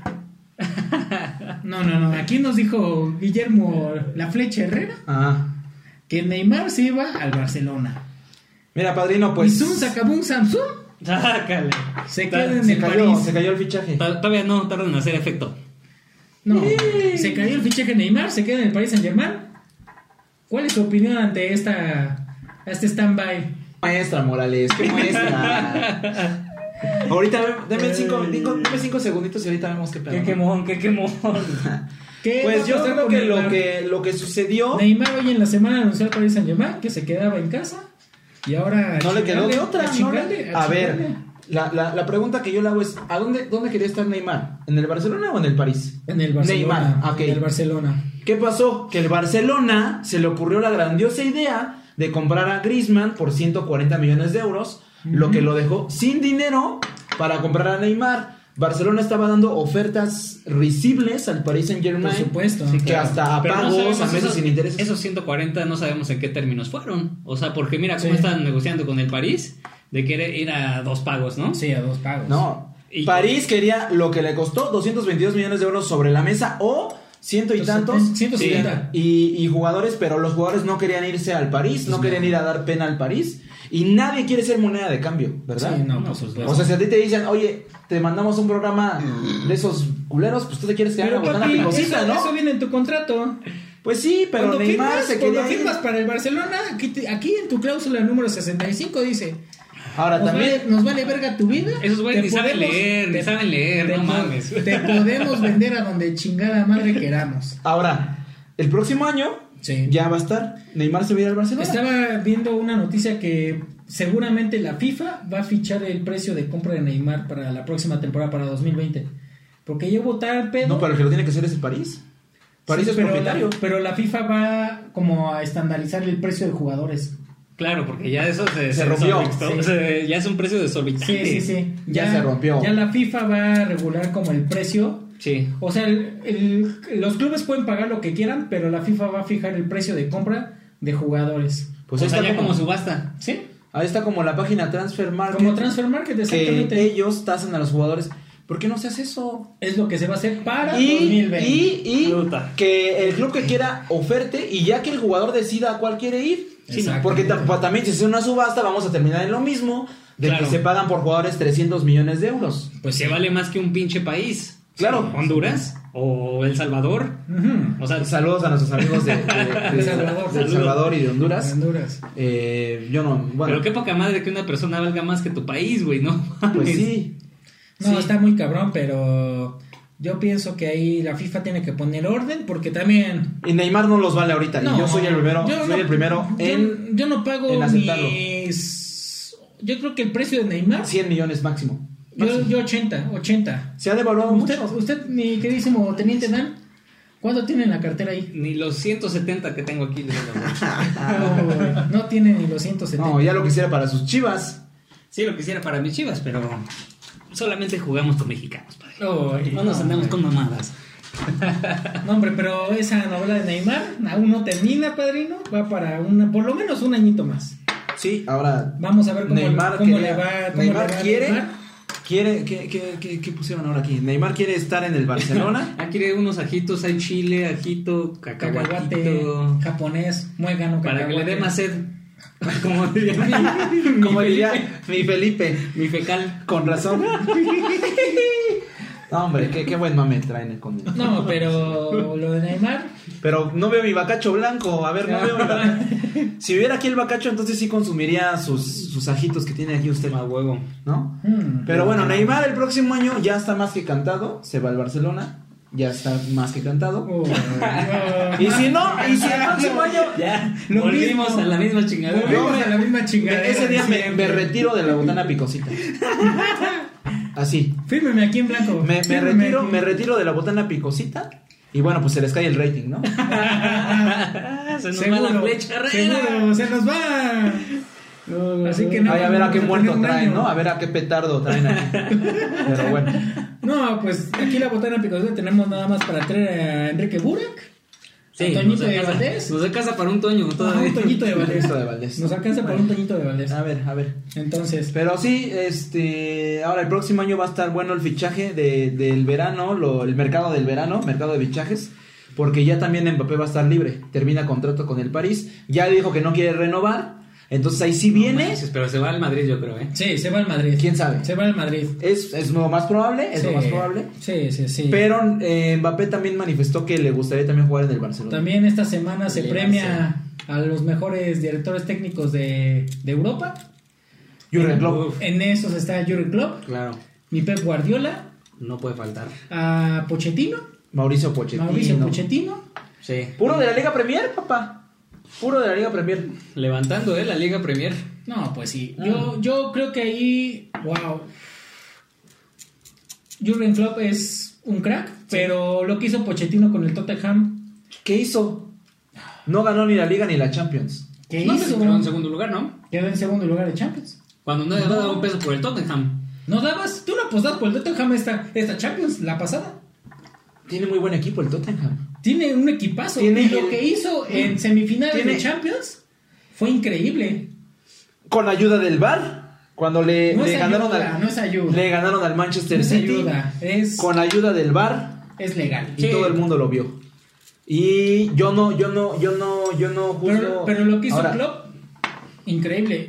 S3: No, no, no. Aquí nos dijo Guillermo La Flecha Herrera
S4: Ah.
S3: que Neymar se iba al Barcelona.
S4: Mira, padrino,
S3: y
S4: pues.
S3: Zoom Sacabum Samsung
S5: Sácale.
S3: se
S5: Ta-
S3: queda en
S4: se
S3: el
S4: cayó,
S3: París.
S4: se cayó el fichaje.
S5: ta- Todavía no tardan en hacer efecto.
S3: No, se cayó el fichaje Neymar, se queda en el Paris Saint Germain. ¿Cuál es tu opinión ante esta este stand-by?
S4: Maestra, Morales, qué maestra. [LAUGHS] ahorita, ve- dame cinco,
S3: Ey.
S4: cinco- dame cinco segunditos y ahorita vemos qué pedo.
S5: Qué
S4: ¿no?
S5: quemón, qué quemón.
S3: ¿Qué va
S4: Pues
S3: a
S4: yo
S3: pasar
S4: creo
S3: con
S4: que lo,
S3: Neymar?
S4: que lo que sucedió
S3: Neymar hoy en la semana anunció al Paris Saint Germain que se quedaba en casa y ahora
S4: no le quedó de
S3: A,
S4: otra. ¿no?
S3: chingarle,
S4: A ver,
S3: chingarle.
S4: la, la, la pregunta que yo le hago es: ¿a dónde, dónde quería estar Neymar? ¿En el Barcelona o en el París?
S3: En el Barcelona.
S4: Neymar, ok.
S3: En el Barcelona.
S4: ¿Qué pasó? Que el Barcelona se le ocurrió la grandiosa idea de comprar a Griezmann por 140 millones de euros, lo que lo dejó sin dinero para comprar a Neymar. Barcelona estaba dando ofertas risibles al Paris Saint
S3: Por
S4: Germain.
S3: supuesto.
S4: [LAUGHS] Que hasta a
S5: Pero no
S4: pagos,
S5: sabemos
S4: a meses
S5: esos-
S4: sin intereses.
S5: Esos 140 no sabemos en qué términos fueron. O sea, porque mira cómo
S3: Sí.
S5: están negociando con el París. de querer ir a dos pagos, ¿no?
S3: Sí, a dos pagos.
S4: No.
S5: Y-
S4: París quería lo que le costó 222 millones de euros sobre la mesa o ciento y tantos.
S3: 170.
S4: Y, y jugadores, pero los jugadores no querían irse al París, no querían ir a dar pena al París. Y nadie quiere ser moneda de cambio, ¿verdad? pues,
S3: Sí, no, por supuesto.
S4: O sea, si a ti te dicen, oye, te mandamos un programa de esos culeros, pues tú te quieres quedar
S3: pero
S4: aguantando
S3: papi,
S4: la picosita,
S3: eso,
S4: ¿no?
S3: eso viene en tu contrato.
S4: Pues sí, pero
S3: cuando
S4: Neymar
S3: firmas,
S4: se
S3: cuando
S4: quería ir.
S3: firmas para el Barcelona, aquí, te- aquí en tu cláusula número 65 dice,
S4: Ahora
S3: nos,
S4: también.
S3: vale, nos vale verga tu vida.
S5: Esos güeyes
S3: te
S5: ni saben
S3: podemos-
S5: leer, ni saben leer,
S3: te
S5: no
S3: po-
S5: mames.
S3: Te podemos vender a donde chingada madre queramos.
S4: Ahora, el próximo año
S3: Sí.
S4: ya va a estar. Neymar se va a ir al Barcelona.
S3: Estaba viendo una noticia que seguramente la FIFA va a fichar el precio de compra de Neymar para la próxima temporada, para 2020. Porque ya hubo tal pedo.
S4: No, pero el que lo tiene que hacer es el París. París
S3: Sí,
S4: es
S3: pero
S4: propietario.
S3: La, pero la FIFA va como a estandarizar el precio de jugadores.
S5: Claro, porque ya eso se,
S4: Se rompió,
S5: desorbitó,
S3: sí.
S5: se- ya es un precio desorbitante.
S3: Sí, sí, sí.
S4: Ya se rompió.
S3: Ya la FIFA va a regular como el precio.
S5: Sí.
S3: O sea, el- el- los clubes pueden pagar lo que quieran, pero la FIFA va a fijar el precio de compra de jugadores.
S4: Pues
S5: o
S4: ahí
S5: sea,
S4: está,
S5: ya
S4: como,
S5: como subasta.
S3: ¿Sí?
S4: ahí está como la página Transfer Market.
S3: Como Transfer Market, exactamente.
S4: Ah, que ellos tasan a los jugadores. ¿Por qué no se hace eso?
S3: Es lo que se va a hacer para
S4: Y,
S3: 2020.
S4: y, y
S5: Puta.
S4: que el club que quiera oferte y ya que el jugador decida a cuál quiere ir.
S3: Sí,
S4: Sí,
S3: no.
S4: Porque ta- pa- también si es una subasta vamos a terminar en lo mismo de
S5: Claro.
S4: que se pagan por jugadores 300 millones de euros.
S5: Pues se vale más que un pinche país.
S4: Claro.
S5: Honduras o El Salvador.
S3: Ujú.
S5: O sea,
S4: Saludos a nuestros
S3: [LAUGHS]
S4: amigos de, de- de-
S3: El Salvador.
S4: de El Salvador y de Honduras.
S3: Honduras.
S4: Eh, yo no, bueno,
S5: pero qué poca madre que una persona valga más que tu país, güey, ¿no? [LAUGHS]
S4: pues
S5: mames.
S4: sí.
S3: No,
S5: Sí.
S3: está muy cabrón, pero yo pienso que ahí la FIFA tiene que poner orden porque también...
S4: Y Neymar no los vale ahorita.
S3: No,
S4: y yo soy el primero,
S3: yo
S4: soy
S3: no-
S4: el primero
S3: yo-
S4: en
S3: yo, no pago
S4: en aceptarlo.
S3: mis... Yo creo que el precio de Neymar...
S4: 100 millones máximo.
S3: yo, yo 80, 80.
S4: Se ha devaluado
S3: Usted,
S4: mucho.
S3: usted, mi queridísimo Teniente Dan, ¿cuánto tiene en la cartera ahí?
S5: Ni los 170 que tengo aquí. les doy la vuelta. Ah.
S3: No, [LAUGHS] no tiene ni los 170.
S4: No, ya lo quisiera para sus chivas.
S5: sí, lo quisiera para mis chivas, pero solamente jugamos con mexicanos, padre.
S3: Ay,
S5: No nos andamos con mamadas.
S3: No, hombre, pero esa novela de Neymar aún no termina, padrino. Va para una, por lo menos un añito más.
S4: Sí, ahora
S3: Vamos a ver cómo,
S4: Neymar,
S3: cómo
S4: quería-
S3: le va. cómo
S4: Neymar
S3: le va a
S4: quiere,
S3: Neymar.
S4: quiere ¿qué, qué, qué- qué pusieron ahora aquí? Neymar quiere estar en
S3: [LAUGHS]
S4: el Barcelona.
S5: Aquí hay unos ajitos, hay chile, ajito,
S3: Cacahuate
S5: cacahuatito.
S3: japonés, muégano,
S5: Para que le dé
S3: cacahuate.
S5: más sed.
S4: [LAUGHS]
S5: Como diría mi,
S4: Como
S5: mi
S4: diría
S5: Felipe,
S4: mi Felipe,
S5: mi fecal.
S4: con
S3: [LAUGHS]
S4: razón. [LAUGHS] No, hombre, qué, qué buen mame traen con él.
S3: No, pero lo de Neymar.
S4: Pero no veo mi bacacho blanco. A ver, no veo mi
S3: [LAUGHS]
S4: bacacho. Si hubiera aquí el bacacho, entonces sí consumiría sus, sus ajitos que tiene aquí usted,
S5: A huevo.
S4: ¿no?
S3: hmm,
S4: Pero bueno, Neymar el próximo año ya está más que cantado. Se va al Barcelona. Ya está más que cantado. [LAUGHS]
S3: oh, no.
S4: Y si no, y si el próximo
S3: [LAUGHS]
S4: año.
S5: Ya, volvimos
S3: mismo.
S5: a la misma chingadera.
S3: Volvimos.
S4: me-
S3: a la misma chingadera
S4: Ese día
S3: de
S4: me,
S3: siempre.
S4: me retiro de la botana picosita. Así.
S3: Fírmeme aquí en blanco.
S4: Me, me
S3: Fírmeme
S4: retiro,
S3: aquí.
S4: me retiro de la botana picosita. Y bueno, pues se les cae el rating, ¿no?
S5: Ah, Se nos va la
S3: Seguro,
S5: flecha reina.
S3: seguro, se nos va.
S4: [LAUGHS]
S3: Así que no.
S4: Ay, a ver a qué
S3: vamos
S4: muerto
S3: tener un
S4: traen,
S3: año.
S4: ¿no? A ver a qué petardo traen aquí. Pero bueno.
S3: No, pues aquí la botana picosita tenemos nada más para traer a Enrique Burak,
S5: Sí,
S3: a Toñito
S5: nos
S3: de
S5: alcanza-
S3: Valdés,
S5: Nos alcanza para un Toño
S3: a
S5: todavía.
S3: un
S5: [LAUGHS]
S3: Toñito de Valdés.
S4: Toñito de Valdés. Ah.
S3: Nos alcanza para un Toñito de Valdés.
S4: A ver, a ver.
S3: Entonces,
S4: Pero sí, este, ahora el próximo año va a estar bueno el fichaje de- del verano, lo- el mercado del verano, mercado de fichajes, porque ya también Mbappé va a estar libre, termina contrato con el París, ya dijo que no quiere renovar, entonces ahí sí viene,
S5: Manches, Pero se va al Madrid, yo creo, ¿eh?
S3: sí, se va al Madrid.
S4: quién sabe,
S3: Se va al Madrid.
S4: es, es lo más probable, es
S3: Sí.
S4: lo más probable,
S3: Sí, sí, sí.
S4: pero eh, Mbappé también manifestó que le gustaría también jugar en el Barcelona.
S3: También esta semana se
S4: Le
S3: premia a los mejores directores técnicos de, de Europa.
S4: Jürgen Klopp.
S5: Uf.
S3: En esos está Jurgen Klopp,
S5: Claro,
S3: mi Pep Guardiola,
S5: no puede faltar.
S3: a Pochettino,
S4: Mauricio Pochettino.
S3: Mauricio Pochettino.
S5: Sí.
S4: Puro de la Liga Premier, papá. Puro de la Liga Premier.
S5: Levantando, ¿eh? La Liga Premier.
S3: No, pues sí. Yo, yo creo que ahí, wow. Jurgen Klopp es un crack, pero lo que hizo Pochettino con el Tottenham,
S4: ¿Qué hizo? No ganó ni la Liga ni la Champions.
S3: ¿qué
S5: no,
S3: hizo?
S5: se quedó en segundo lugar, ¿no?
S3: Quedó en segundo lugar de Champions.
S5: Cuando no le daba un peso por el Tottenham.
S3: No dabas, tú no apostas por el Tottenham esta, esta Champions, la pasada.
S4: Tiene muy buen equipo el Tottenham.
S3: Tiene un equipazo.
S4: Tiene
S3: y lo
S4: el-
S3: que hizo en semifinales
S4: tiene-
S3: de Champions fue increíble.
S4: Con ayuda del VAR. Cuando le,
S3: No
S4: le
S3: es
S4: ganaron
S3: ayuda,
S4: al,
S3: no es ayuda.
S4: le ganaron al Manchester
S3: No es
S4: City
S3: ayuda, es-
S4: con ayuda del VAR
S3: Es legal.
S4: y
S5: Sí.
S4: todo el mundo lo vio. Y yo no, yo no, yo no, yo no juzgo.
S3: Pero, pero lo que hizo
S4: Ahora,
S3: Klopp, increíble.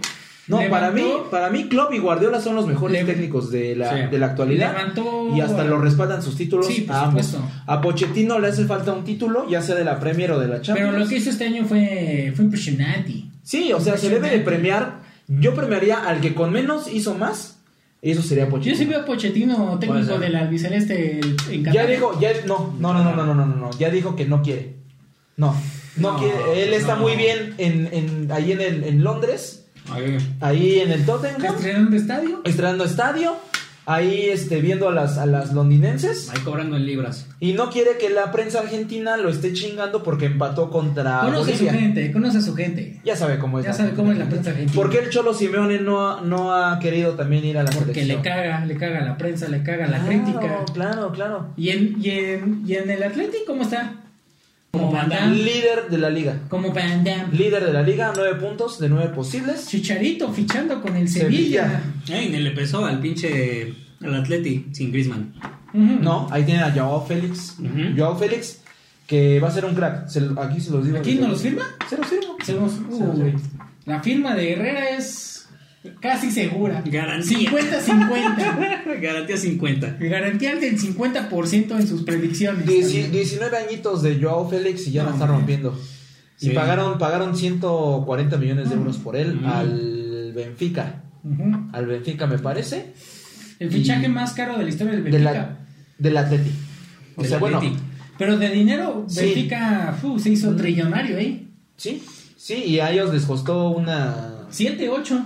S4: No, para mí,
S3: Levantó-
S4: para mí Klopp y Guardiola son los mejores
S3: Lev-
S4: técnicos de la,
S5: Sí.
S4: de la actualidad.
S3: Levantó-
S4: y hasta lo respaldan sus títulos
S3: Sí, por
S4: a ambos.
S3: supuesto.
S4: A Pochettino le hace falta un título, ya sea de la Premier o de la Champions.
S3: Pero lo que hizo este año fue, fue impresionante.
S4: Sí, o sea, se debe de premiar. Yo premiaría al que con menos hizo más. Eso sería
S3: Yo
S4: Pochettino.
S3: sí veo a Pochettino técnico
S5: ser.
S3: del albiceleste en
S4: Ya
S3: Qatar.
S4: dijo, ya no, no, no, no, no, no, no, no, no, ya dijo que no quiere. No, no,
S5: No,
S4: quiere. Él está
S5: no.
S4: muy bien en, en- ahí en, el- en Londres,
S5: Ay,
S4: ahí en el Tottenham,
S3: ¿Estrenaron de estadio?
S4: estrenando estadio, ahí este, viendo a las, a las londinenses.
S5: ahí cobrando en libras.
S4: Y no quiere que la prensa argentina lo esté chingando porque empató contra
S3: conoce a su
S4: Bolivia.
S3: gente, conoce a su gente.
S4: Ya sabe cómo es.
S3: Ya
S4: la
S3: sabe
S4: gente.
S3: cómo es la prensa argentina.
S4: ¿Por qué el Cholo Simeone no ha, no ha querido también ir a la
S3: Porque le
S4: selección?
S3: caga, le caga la prensa, le caga la
S4: Claro,
S3: crítica.
S4: Claro, claro.
S3: ¿Y en, y, en, ¿Y en el Atlético cómo está? Como Van Damme.
S4: Líder de la liga.
S3: Como Van Damme.
S4: Líder de la liga, nueve puntos de nueve posibles.
S3: Chicharito fichando con el
S4: Sevilla.
S3: Sevilla.
S5: Ay, ni le pesó al pinche. al Atleti sin Griezmann. [LAUGHS]
S3: Ujú.
S4: No, ahí tienen a Joao Félix.
S5: Ujú.
S4: Joao Félix, que va a ser un crack. Se lo- aquí se los digo.
S3: ¿Aquí no los firma?
S4: Se los firmo.
S3: Se los- uy, la firma de Herrera es casi segura.
S5: Garantía.
S3: 50-50.
S5: Garantía 50.
S3: Garantía del 50% en sus predicciones.
S4: Dieci-
S3: también.
S4: 19 añitos de Joao Félix y ya la
S3: No,
S4: está
S3: man.
S4: rompiendo.
S5: Sí.
S4: Y pagaron, pagaron 140 millones de euros por él
S5: Mm.
S4: al Benfica.
S3: Ujú.
S4: Al Benfica, me parece.
S3: El fichaje más caro de la historia del
S4: De
S3: Benfica.
S4: la, del Atleti. O
S5: Del
S4: sea, bueno,
S5: Atleti.
S3: Pero de dinero,
S4: Sí.
S3: Benfica fu, se hizo trillonario, ¿eh?
S4: sí, sí, y a ellos les costó una
S3: 7, 8.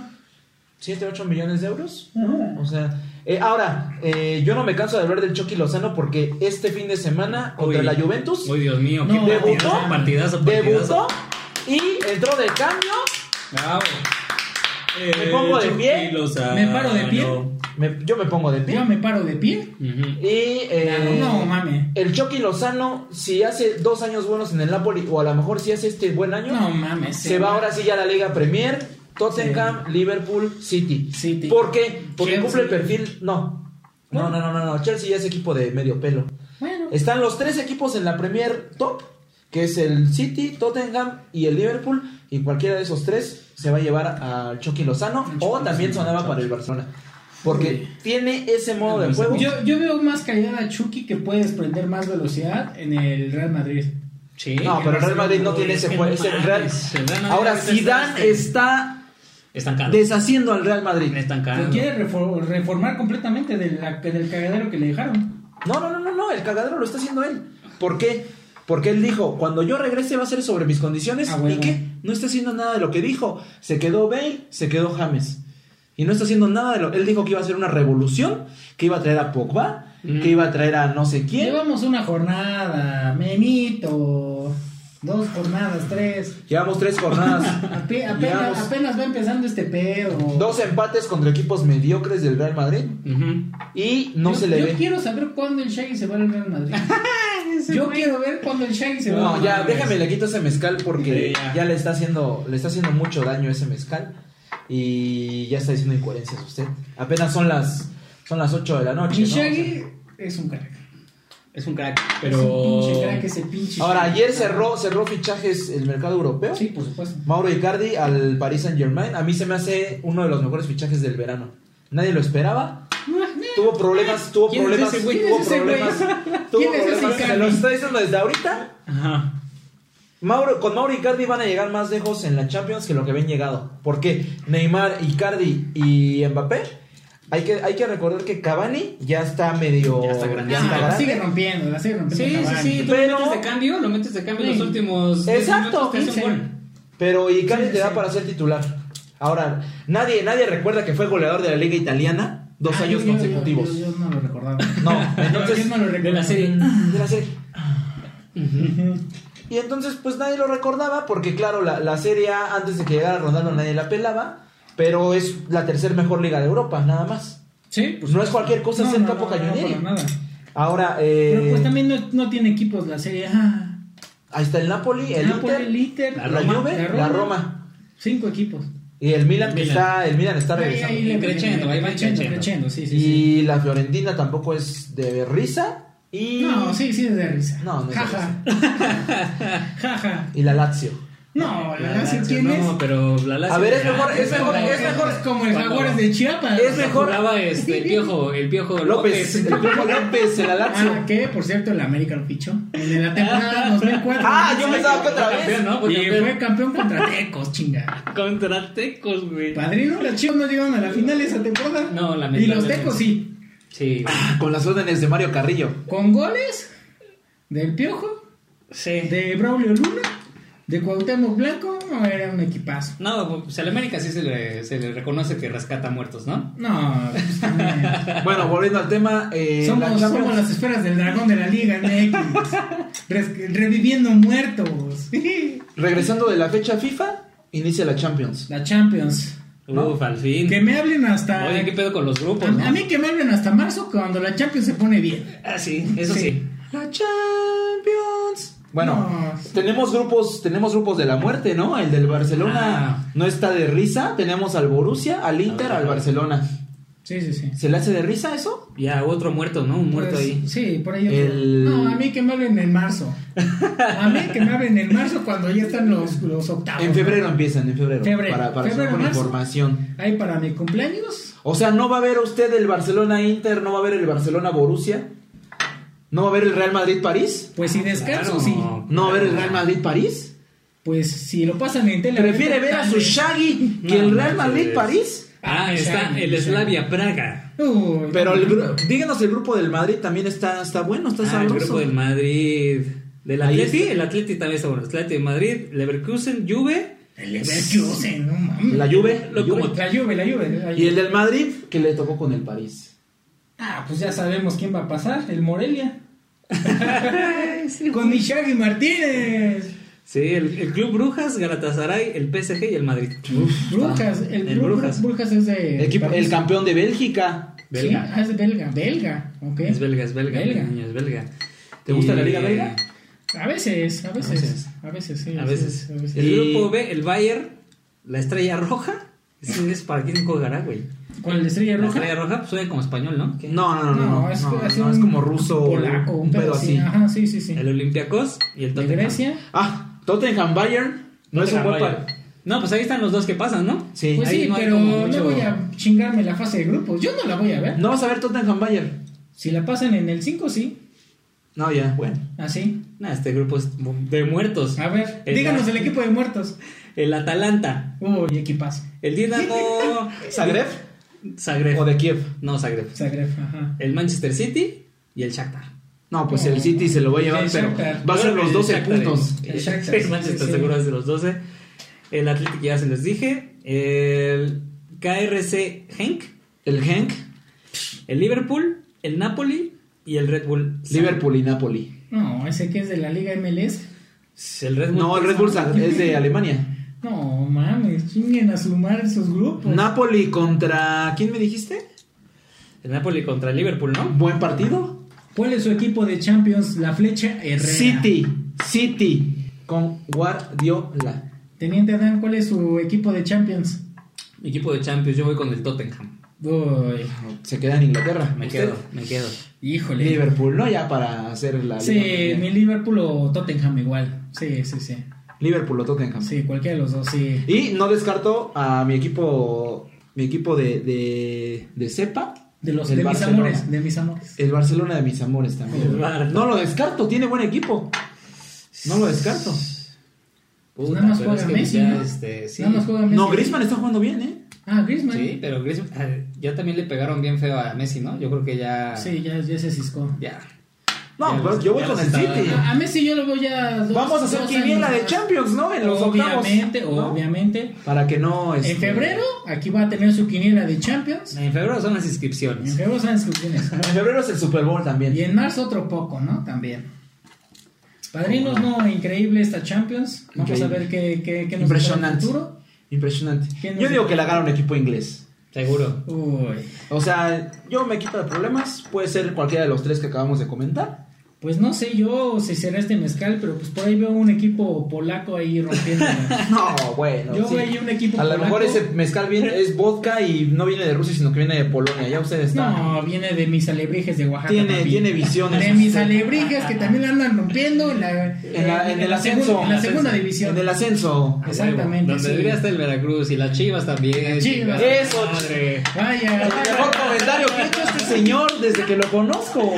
S4: 7, 8 millones de euros. O sea, eh, ahora, eh, yo no me canso de hablar del Chucky Lozano porque este fin de semana contra
S5: Uy.
S4: la Juventus
S5: Uy, Dios mío. qué
S3: No,
S5: partidazo,
S4: debutó.
S5: Partidazo,
S4: debutó
S5: partidazo.
S4: y entró de cambio.
S5: Bravo. Eh,
S4: Me pongo de pie.
S5: Chucky Lozano.
S3: Me paro de pie.
S4: Me- yo me pongo de
S3: Yo
S4: pie.
S3: me paro de pie.
S5: Ujú.
S4: Y eh,
S3: no, mame.
S4: el Chucky Lozano, si hace dos años buenos en el Napoli, o a lo mejor si hace este buen año,
S3: No mames.
S4: se va ahora sí ya a la Liga Premier, Tottenham, Liverpool, City.
S3: City.
S4: ¿Por qué? Porque
S3: Chelsea.
S4: cumple el perfil. No. No, no, no, no, no. Chelsea ya es equipo de medio pelo.
S3: Bueno.
S4: Están los tres equipos en la Premier Top, que es el City, Tottenham y el Liverpool, y cualquiera de esos tres se va a llevar al Chucky Lozano
S3: Al Chucky
S4: o también
S3: Lozano,
S4: sonaba
S3: Chucky.
S4: para el Barcelona. Porque tiene ese modo de
S5: No,
S4: juego.
S3: pues, Yo, yo veo más calidad a Chucky que puede desprender más velocidad en el Real Madrid.
S5: Sí.
S4: No, pero el Real Madrid no tiene
S5: Es
S4: ese
S5: que
S4: juego.
S5: no
S4: ese
S5: mames,
S4: Real-
S5: el Real Madrid
S4: Ahora,
S5: ahorita
S4: Zidane
S5: este
S4: está
S5: Estancado.
S4: deshaciendo al Real Madrid.
S5: Estancado.
S3: Lo quiere refor- reformar completamente de la- del cagadero que le dejaron.
S4: No, no, no, no, no, el cagadero lo está haciendo él. ¿Por qué? Porque él dijo, cuando yo regrese va a ser sobre mis condiciones.
S3: Ah, bueno.
S4: ¿Y qué? No está haciendo nada de lo que dijo. Se quedó Bale, se quedó James. Y no está haciendo nada de lo... Él dijo que iba a hacer una revolución, que iba a traer a Pogba,
S5: Mm.
S4: que iba a traer a no sé quién.
S3: Llevamos una jornada, memito. Dos jornadas, tres.
S4: Llevamos tres jornadas. [LAUGHS]
S3: Ape-
S4: Llevamos
S3: apenas, apenas va empezando este pedo.
S4: dos empates contra equipos mediocres del Real Madrid.
S5: Ujú.
S4: Y no
S3: yo,
S4: se le
S3: yo
S4: ve.
S3: quiero saber cuándo el Shaggy se va al Real
S4: [LAUGHS]
S3: Madrid. yo quiero ver cuándo el Shaggy se va
S4: No,
S3: al
S4: ya,
S3: Real Madrid.
S4: déjame le quito ese mezcal porque
S5: Sí,
S4: ya.
S5: ya.
S4: le está haciendo le está haciendo mucho daño ese mezcal y ya está diciendo incoherencias usted. Apenas son las son las 8 de la noche,
S3: Mi
S4: ¿no? O
S3: Shaggy es un crack.
S5: Es un crack.
S3: Es un
S5: Pero.
S3: pinche crack ese pinche.
S4: sea, Ahora
S3: Shaggy.
S4: ayer cerró cerró fichajes el mercado europeo.
S3: Sí, por supuesto.
S4: Mauro Icardi al Paris Saint-Germain, a mí se me hace uno de los mejores fichajes del verano. Nadie lo esperaba. Tuvo problemas, tuvo
S5: ¿Quién es
S4: problemas,
S5: ese
S3: güey?
S4: tuvo
S3: ¿Quién es ese güey?
S4: problemas. Tuvo
S3: ¿Quién es ese
S4: problemas, se
S3: Icardi?
S4: lo estoy diciendo desde ahorita.
S5: Ajá.
S4: Mauro, con Mauro Icardi van a llegar más lejos en la Champions que lo que habían llegado. ¿Por qué? Neymar, Icardi y Mbappé. Hay que, hay que recordar que Cavani ya está medio.
S5: Ya está grande.
S4: ya está
S3: Ah, la
S4: grande.
S3: sigue rompiendo, la sigue rompiendo.
S5: Sí, sí,
S3: Cavani.
S5: sí. ¿Tú
S4: Pero-
S5: lo metes de cambio? Lo metes de cambio en
S3: Sí.
S5: los últimos. diez
S4: Exacto,
S5: minutos, te hace un
S4: 15.
S5: gol.
S4: Pero Icardi
S3: Sí,
S4: te da
S3: sí.
S4: para ser titular. Ahora, nadie, nadie recuerda que fue goleador de la Liga Italiana dos
S3: Ah,
S4: años
S3: yo- yo-
S4: consecutivos.
S3: Yo, yo no lo recordaba.
S4: No,
S3: Yo
S5: [LAUGHS]
S4: entonces.
S3: no lo recordaba.
S5: de la serie.
S3: Mm.
S4: de la serie. Y entonces, pues nadie lo recordaba, porque claro, la, la Serie A, antes de que llegara Ronaldo, nadie la pelaba, pero es la tercer mejor liga de Europa, nada más.
S3: Sí,
S4: Pues no es cualquier cosa ser Capo Cañonieri.
S3: para nada.
S4: Ahora,
S3: Pero
S4: eh,
S3: pues también no, no tiene equipos la serie. Ah,
S4: ahí está el Napoli, el
S3: Napoli,
S4: Inter,
S3: el Inter,
S4: la, Juve, la Roma.
S3: Cinco equipos.
S4: Y el Milan,
S1: Milan.
S4: está, el Milan está regresando.
S5: ahí le- Creciendo, ahí va creciendo.
S3: creciendo, sí, sí, sí.
S4: y la Fiorentina tampoco es de risa. Y,
S3: No, sí, sí es de risa.
S4: No, no es de
S3: Jaja. [LAUGHS] Jaja.
S4: y la Lazio.
S3: No, la
S5: La
S3: Lazio,
S5: Lazio,
S3: ¿quién es?
S5: No, pero la Lazio-
S4: A ver, es
S5: Ah,
S4: mejor, es mejor,
S3: como-
S4: es mejor.
S3: es como el
S5: Cuando-
S3: Jaguares de Chiapas.
S4: Es mejor.
S5: Jugaba este, el piojo, el piojo
S4: López,
S5: [LAUGHS]
S4: el Piojo López, en la Lazio.
S3: Ah, que por cierto el América lo fichó. En la
S4: [LAUGHS]
S3: temporada 2004.
S4: Ah, yo pensaba que otra vez.
S5: Campeón, ¿no? Fue
S3: Y
S5: campeón.
S3: fue campeón contra Tecos, chinga.
S5: Contra Tecos, güey.
S3: Padrino, las chivas no llegaron a la final esa temporada.
S5: No,
S3: Y los
S5: lamentablemente.
S3: Tecos sí.
S5: Sí.
S4: Con las órdenes de Mario Carrillo.
S3: Con goles del Piojo,
S5: Sí.
S3: de Braulio Luna, de Cuauhtémoc Blanco, no, era un equipazo.
S5: No, pues al América sí se le, se le reconoce que rescata muertos, ¿no?
S3: No,
S4: [LAUGHS]
S3: pues, también.
S4: Bueno, volviendo al tema. eh, la
S3: somos,
S4: Champions-
S3: somos las esferas del dragón de la
S4: [LAUGHS]
S3: Liga MX. Res- reviviendo
S4: [LAUGHS]
S3: muertos.
S4: Regresando de la fecha FIFA, inicia la Champions.
S3: La Champions.
S5: Uf, al fin.
S3: Que me hablen hasta.
S5: Oye, ¿qué pedo con los grupos, no?
S3: a, a mí que me hablen hasta marzo cuando la Champions se pone bien.
S5: Ah, sí, eso sí.
S3: Sí.
S4: La Champions. Bueno,
S3: No.
S4: tenemos grupos, tenemos grupos de la muerte, ¿no? El del Barcelona
S3: Ah.
S4: no está de risa. Tenemos al Borussia, al Inter,
S5: Ah.
S4: al Barcelona.
S3: Sí, sí, sí.
S4: ¿Se le hace de risa eso?
S5: Ya, otro muerto, ¿no? Un muerto
S3: Pues,
S5: ahí.
S3: Sí, por ahí. otro.
S4: El-
S3: No, a mí que me hablen en marzo. A mí que me hablen en marzo cuando ya están los, los octavos.
S4: En febrero empiezan, en febrero.
S3: Febrero.
S4: Para, para
S3: Febrero,
S4: con
S3: marzo.
S4: información.
S3: Ahí para mi cumpleaños.
S4: O sea, no va a ver usted el Barcelona Inter, no va a ver el Barcelona Borussia, no va a ver el Real Madrid París,
S3: Pues si descanso,
S5: Claro.
S3: sí.
S4: no va a ver el Real Madrid París.
S3: Pues si lo pasan en tele.
S4: Prefiere ver a su Shaggy que el Real Madrid París.
S5: Ah,
S3: Ah,
S5: está
S3: Shaggy,
S5: el
S3: Shaggy.
S5: Slavia Praga.
S3: Uy,
S4: Pero el
S3: no.
S4: gru- díganos, el grupo del Madrid también está, está bueno, está
S5: Ah, el
S4: sabroso.
S5: grupo del Madrid. Del
S4: Ahí
S5: Atleti,
S4: está.
S5: el Atleti también está bueno. Atleti de Madrid, Leverkusen, Juve.
S3: El Leverkusen, no mames.
S4: La Juve, la
S5: Lo como-
S4: Juve.
S3: La Juve, la Juve, la Juve.
S4: Y el del Madrid que le tocó con el París.
S3: Ah, pues ya sabemos quién va a pasar, el Morelia. Con mi Shaggy Martínez.
S5: Sí, el, el Club Brujas, Galatasaray, el PSG y el Madrid.
S3: Brujas, el,
S5: El
S3: Brujas.
S5: Brujas.
S3: Brujas es de.
S4: El, equipo- el
S3: París.
S4: campeón de Bélgica.
S5: Belga.
S3: Sí, ah, es belga, belga, ok.
S5: Es belga, es belga,
S3: Belga.
S5: niño, es belga.
S4: ¿Te gusta
S5: Y-
S4: la Liga Belga?
S3: A veces, a veces, a veces, sí.
S5: A veces.
S3: a veces.
S5: El
S4: Y-
S5: grupo B, el Bayern, la Estrella Roja. Ese es para quién jugará, güey.
S3: ¿Con la estrella
S5: La
S3: roja?
S5: Estrella Roja pues, suena como español, ¿no? ¿Qué?
S4: No, no, no, no. No,
S3: es,
S4: no, no, es,
S3: así un
S4: como ruso.
S3: Polaco,
S4: un pedo
S3: sí,
S4: así.
S3: Ajá, sí, sí, sí.
S5: El Olympiacos y el
S3: De
S5: Tottenham.
S3: Grecia.
S4: Ah, Tottenham Bayern. No es un
S5: Tottenham
S4: buen
S5: Bayern.
S4: par-
S5: No, pues ahí están los dos que pasan, ¿no?
S4: Sí.
S3: Pues
S5: ahí
S3: sí,
S5: no hay
S3: pero
S5: como
S3: no
S5: mucho-
S3: voy a chingarme la fase de grupos. Yo no la voy a ver.
S4: No vas a ver Tottenham Bayern.
S3: Si la pasan en el 5, sí.
S4: No, ya, bueno.
S3: Así.
S5: Nah, este grupo es de muertos.
S3: A ver,
S5: El-
S3: díganos el equipo de muertos.
S5: El Atalanta,
S3: Uy, equipazo.
S5: el Dinamo
S4: [LAUGHS] ¿Zagreb
S5: Zagreb.
S4: o de Kiev?
S5: No, Zagreb.
S3: Zagreb, ajá.
S5: El Manchester City y el Shakhtar.
S4: No, pues el City se lo va a llevar,
S3: El
S4: pero
S3: Shakhtar.
S4: va a ser
S5: Yo creo
S4: los
S5: que
S4: 12
S5: el Shakhtar
S4: puntos.
S5: es- El
S3: Exacto,
S5: Shakhtar [LAUGHS] es
S3: sí,
S5: Manchester
S3: sí.
S5: seguro es de los 12. El Atlético ya se les dije. El KRC Henk.
S4: El Genk,
S5: El Liverpool. El Napoli. Y el Red Bull. San-
S4: Liverpool y Napoli.
S3: No, ese que es de la Liga MLS.
S5: El Red Bull.
S4: No, el Red Bull Zag- es
S3: [LAUGHS]
S4: de Alemania.
S3: No mames, chinguen a sumar esos grupos.
S4: Napoli contra. ¿Quién me dijiste?
S5: El Napoli contra el Liverpool, ¿no?
S4: Buen partido.
S3: ¿Cuál es su equipo de Champions? La flecha Herrera.
S4: City, City con Guardiola.
S3: Teniente Adán, ¿cuál es su equipo de Champions?
S5: Mi equipo de Champions. Yo voy con el Tottenham.
S3: Uy,
S4: Se queda en Inglaterra.
S5: Me
S4: ¿Usted?
S5: quedo, me quedo.
S3: híjole.
S4: Liverpool, ¿no? Ya para hacer la.
S3: Sí,
S4: Liga
S3: ni
S4: Mundial.
S3: Liverpool o Tottenham igual. Sí, sí, sí.
S4: Liverpool o Tottenham.
S3: Sí, cualquiera de los dos, sí.
S4: Y no descarto a mi equipo. Mi equipo de. de. de cepa.
S3: De los
S4: el
S3: de mis
S4: Barcelona.
S3: amores, de mis amores.
S4: El Barcelona de mis amores también.
S5: El Bar-
S4: No lo descarto, tiene buen equipo. No lo descarto.
S3: Pues nada más
S5: pero
S3: juega
S5: es que
S3: Messi,
S5: ya,
S3: ¿no?
S5: este, sí.
S3: Nada más juega Messi.
S4: No, Griezmann está jugando bien, ¿eh?
S3: Ah, Griezmann.
S5: Sí,
S3: Sí,
S5: pero Griezmann, ah, ya también le pegaron bien feo a Messi, ¿no? Yo creo que ya.
S3: ya, ya se ciscó.
S5: Ya.
S4: No,
S5: Ya
S4: pero
S5: los-
S4: yo voy
S5: ya
S4: con
S5: los
S4: el
S5: está-
S4: City.
S3: A, a Messi yo lo voy ya dos-
S4: Vamos a hacer
S3: dos
S4: quiniela
S3: años
S4: de
S3: más.
S4: Champions, ¿no? En los octavos.
S3: Obviamente,
S4: ¿no?
S3: obviamente.
S4: Para que no. este,
S3: En febrero, aquí va a tener su quiniela de Champions.
S5: En febrero son las
S3: En
S5: inscripciones.
S3: febrero saben sus quienes.
S4: En febrero es el Super Bowl
S3: Y
S4: también.
S3: en marzo otro poco, ¿no? También. Padrinos, no, increíble esta Champions. Vamos
S4: Increíble.
S3: a ver qué, qué, qué nos depara el
S4: Impresionante.
S3: futuro.
S4: Impresionante.
S3: ¿Quién
S4: Yo
S3: nos-
S4: digo que la gana un equipo inglés.
S5: Seguro.
S3: Uy. [LAUGHS]
S4: O sea, yo me quito de problemas. Puede ser cualquiera de los tres que acabamos de comentar.
S3: Pues no sé yo si será este mezcal, pero pues por ahí veo un equipo polaco ahí
S4: [LAUGHS]
S3: rompiendo.
S4: No, bueno.
S3: Yo veo ahí un equipo
S4: A lo
S3: polaco.
S4: mejor ese mezcal viene, es vodka y no viene de Rusia, sino que viene de Polonia. Ya usted está.
S3: No, viene de mis alebrijes de Oaxaca.
S4: Tiene-
S3: papi.
S4: tiene visiones
S3: De mis
S4: usted.
S3: alebrijes que también la andan rompiendo en la,
S4: este, En, la- en el
S3: la
S4: ascenso.
S3: segunda- en la segunda división.
S4: En el ascenso.
S3: Exactamente.
S5: Donde
S3: sí.
S5: debería estar el Veracruz y las Chivas también.
S3: Las Chivas. Eh,
S5: Eso,
S4: Madre.
S3: Vaya,
S4: El mejor
S3: vaya,
S4: comentario que ha hecho este señor desde que lo conozco.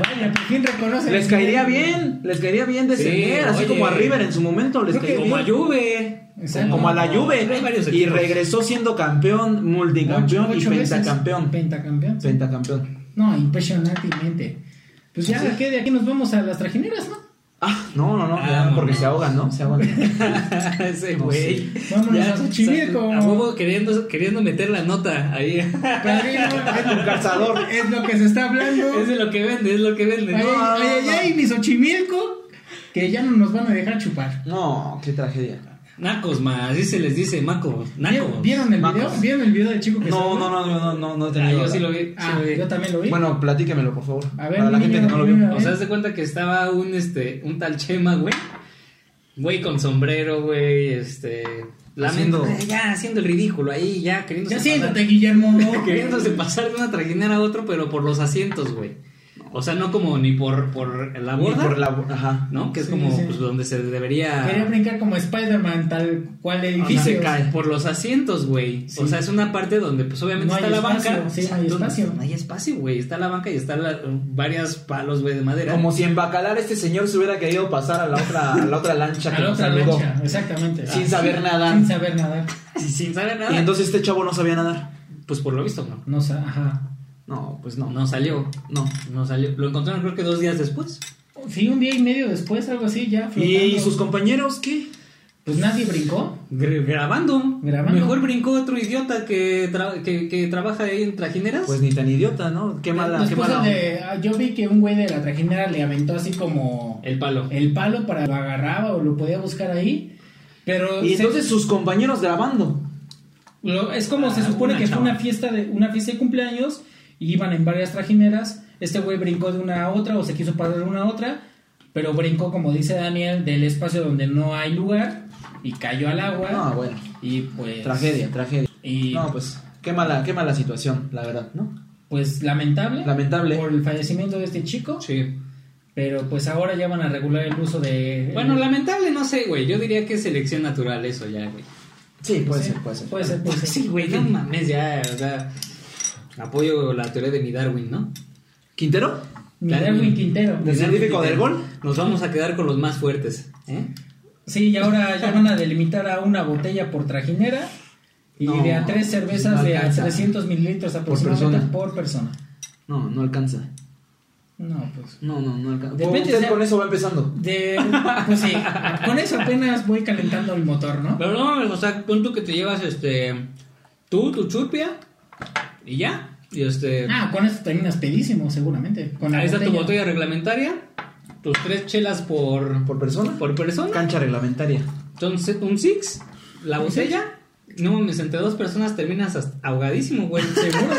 S3: vaya, por fin reconoce.
S4: Les caería bien, les caería bien descender,
S5: Sí,
S4: así
S5: oye.
S4: como a River en su momento. Les
S3: Creo que
S4: caería
S5: Como a
S4: bien.
S5: Juve.
S3: Exacto.
S4: Como a la Juve.
S5: Hay varios
S4: Y
S5: equipos.
S4: regresó siendo campeón, multicampeón
S3: Ocho-
S4: y
S3: ocho veces.
S4: pentacampeón.
S3: Pentacampeón. sí.
S4: Pentacampeón.
S3: No, impresionantemente. Pues ya, ¿qué? De aquí nos vamos a las trajineras, ¿no?
S4: Ah, no, no, no,
S5: Ah, [LAUGHS]
S4: ya,
S5: no,
S4: porque
S5: no.
S4: se ahogan, ¿no? Se ahogan.
S5: Ese
S4: No,
S5: güey.
S3: Vámonos
S5: Ya,
S3: a Xochimilco.
S5: A huevo queriendo, queriendo meter la nota ahí. [LAUGHS]
S4: [LAUGHS]
S3: Padrino,
S4: Un calzador.
S3: es lo que se está hablando.
S5: es de lo que vende, es lo que vende.
S3: Ay,
S5: ¿no?
S3: ay, ay, ay, mi Xochimilco, que ya no nos van a dejar chupar.
S4: No, qué tragedia.
S5: Nacos más, así se les dice, macos.
S3: ¿Vieron,
S5: Nacos.
S3: vieron el
S4: Macos.
S3: video? ¿Vieron el video del chico que
S4: No,
S3: salió?
S4: no, no, no, no, no, no he
S5: Ah,
S4: tenido
S5: yo
S4: la-
S5: sí lo vi. sí
S3: Ah,
S5: lo vi.
S3: yo también lo vi.
S4: Bueno, platíquemelo, por favor.
S3: A ver,
S4: Para la
S3: niño,
S4: gente que no lo vio.
S3: niño.
S5: O sea, haz de cuenta que estaba un este un tal Chema, güey. Güey con sombrero, güey, este
S4: Haciendo-
S5: lamento- ya haciendo el ridículo ahí, ya queriendo
S3: ya siéntate, Guillermo. [LAUGHS]
S5: queriéndose pasar de una trajinera a otro, pero por los asientos, güey. O sea, no como ni por, por la
S4: Y
S5: borda,
S4: por la- Ajá.
S5: ¿no? Que es
S3: Sí,
S5: como
S3: sí.
S5: pues, donde se
S4: Ah.
S5: debería...
S3: Quería brincar como Spider-Man, tal cual
S5: Y
S3: edificio.
S5: se cae por los asientos, güey.
S3: Sí.
S5: O sea, es una parte donde, pues obviamente
S3: No hay
S5: está la
S3: espacio,
S5: banca.
S3: sí, no hay
S5: Donde-
S3: espacio.
S5: No hay espacio, güey. Está la banca y están varias palos, güey, de madera.
S4: Como si en Bacalar este señor se hubiera querido pasar a la otra, a la otra lancha que
S3: A la
S4: nos
S3: otra
S4: saludó.
S3: lancha, exactamente. Ah.
S4: Sin saber nadar.
S3: Sin saber nadar.
S5: Y sin saber nada.
S4: Y entonces este chavo no sabía nadar.
S5: Pues por lo visto, no.
S3: No sa- ajá.
S4: No, pues no. No.
S5: No salió. No salió. Lo encontraron creo que dos días después.
S3: Sí, un día y medio después, algo así, ya flotando.
S4: ¿Y sus compañeros qué?
S3: Pues nadie brincó.
S5: Gr- grabando.
S3: Grabando.
S5: Mejor brincó otro idiota que, tra- que, que trabaja ahí en trajineras.
S4: Pues ni tan idiota, ¿no?
S3: Pues
S4: Qué mala, qué
S3: Después
S4: mala. onda.
S3: donde, ah, yo vi que un güey de la trajinera le aventó así como
S5: el palo.
S3: el palo para lo agarraba o lo podía buscar ahí. Pero
S4: Y
S3: se-
S4: entonces sus compañeros grabando.
S3: Lo- es como se
S5: Ah,
S3: supone
S5: una
S3: que
S5: chava.
S3: fue una fiesta de una fiesta de cumpleaños y iban en varias trajineras. Este güey brincó de una a otra o se quiso pasar de una a otra, pero brincó como dice Daniel del espacio donde no hay lugar y cayó al agua.
S4: Ah, bueno.
S3: Y pues
S4: Tragedia, tragedia.
S3: Y
S4: No, pues qué mala, qué mala situación, la verdad, ¿no?
S3: pues lamentable,
S4: Lamentable.
S3: por el fallecimiento de este chico,
S5: Sí.
S3: pero pues ahora ya van a regular el uso de
S5: Bueno,
S3: eh,
S5: lamentable, no sé, güey. Yo diría que es selección natural eso ya, güey.
S4: Sí, puede
S3: sí,
S4: ser, puede ser.
S3: pues, eh, Puede ser, puede ser.
S5: Sí, güey, no mames, ya, o sea, apoyo la teoría de mi Darwin, ¿no?
S4: ¿Quintero?
S3: Mi Darwin Quintero.
S4: ¿Del científico del gol?
S5: Nos vamos a quedar con los más fuertes, ¿eh?
S3: Sí, y ahora ya van a delimitar a una botella por trajinera y
S4: No, pues,
S3: de a tres cervezas
S4: no
S3: de a
S4: alcanza.
S3: 300 mililitros aproximadamente por persona.
S4: No, no alcanza.
S3: No, pues.
S4: No, no, no alcanza.
S3: Depende,
S4: Usted
S3: o sea-
S4: con eso va empezando.
S3: De, pues sí, con eso apenas voy calentando el motor, ¿no?
S5: Pero no, o sea, pon tú que te llevas, este, tú, tu churpia, y ya, y este,
S3: Ah, con eso terminas pedísimo, seguramente. Con la
S5: ahí está tu botella reglamentaria, tus tres chelas por,
S4: ¿Por persona?
S5: por persona,
S4: Cancha reglamentaria.
S5: entonces un six, la
S3: Un
S5: botella, no mames, entre dos personas terminas hasta ahogadísimo, güey,
S3: [LAUGHS]
S5: seguro.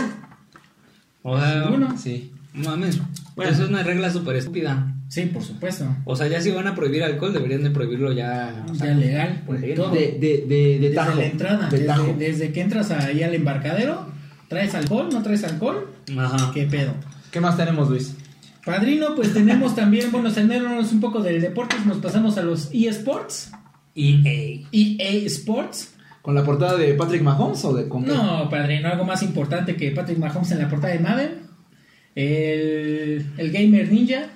S5: O sea,
S3: Seguro.
S4: Sí.
S5: no mames,
S4: Bueno.
S5: eso es una regla súper estúpida.
S3: Sí, por supuesto.
S4: Ah,
S5: O sea, ya si van a prohibir alcohol, deberían de prohibirlo ya. o sea,
S3: Ya legal,
S5: por
S3: por
S5: ahí,
S3: todo.
S4: pues, De, de, de, de
S3: desde
S4: tajo.
S3: la entrada,
S4: De tajo.
S3: desde, desde que entras ahí al embarcadero, ¿traes alcohol? ¿No traes alcohol?
S5: Ajá.
S3: ¿Qué pedo?
S4: ¿Qué más tenemos, Luis?
S3: Padrino, pues tenemos también, bueno, saliéndonos un poco del deportes, nos pasamos a los eSports.
S5: EA.
S3: EA Sports.
S4: ¿Con la portada de Patrick Mahomes o de con qué?
S3: No, padrino, algo más importante que Patrick Mahomes en la portada de Madden. El, el gamer ninja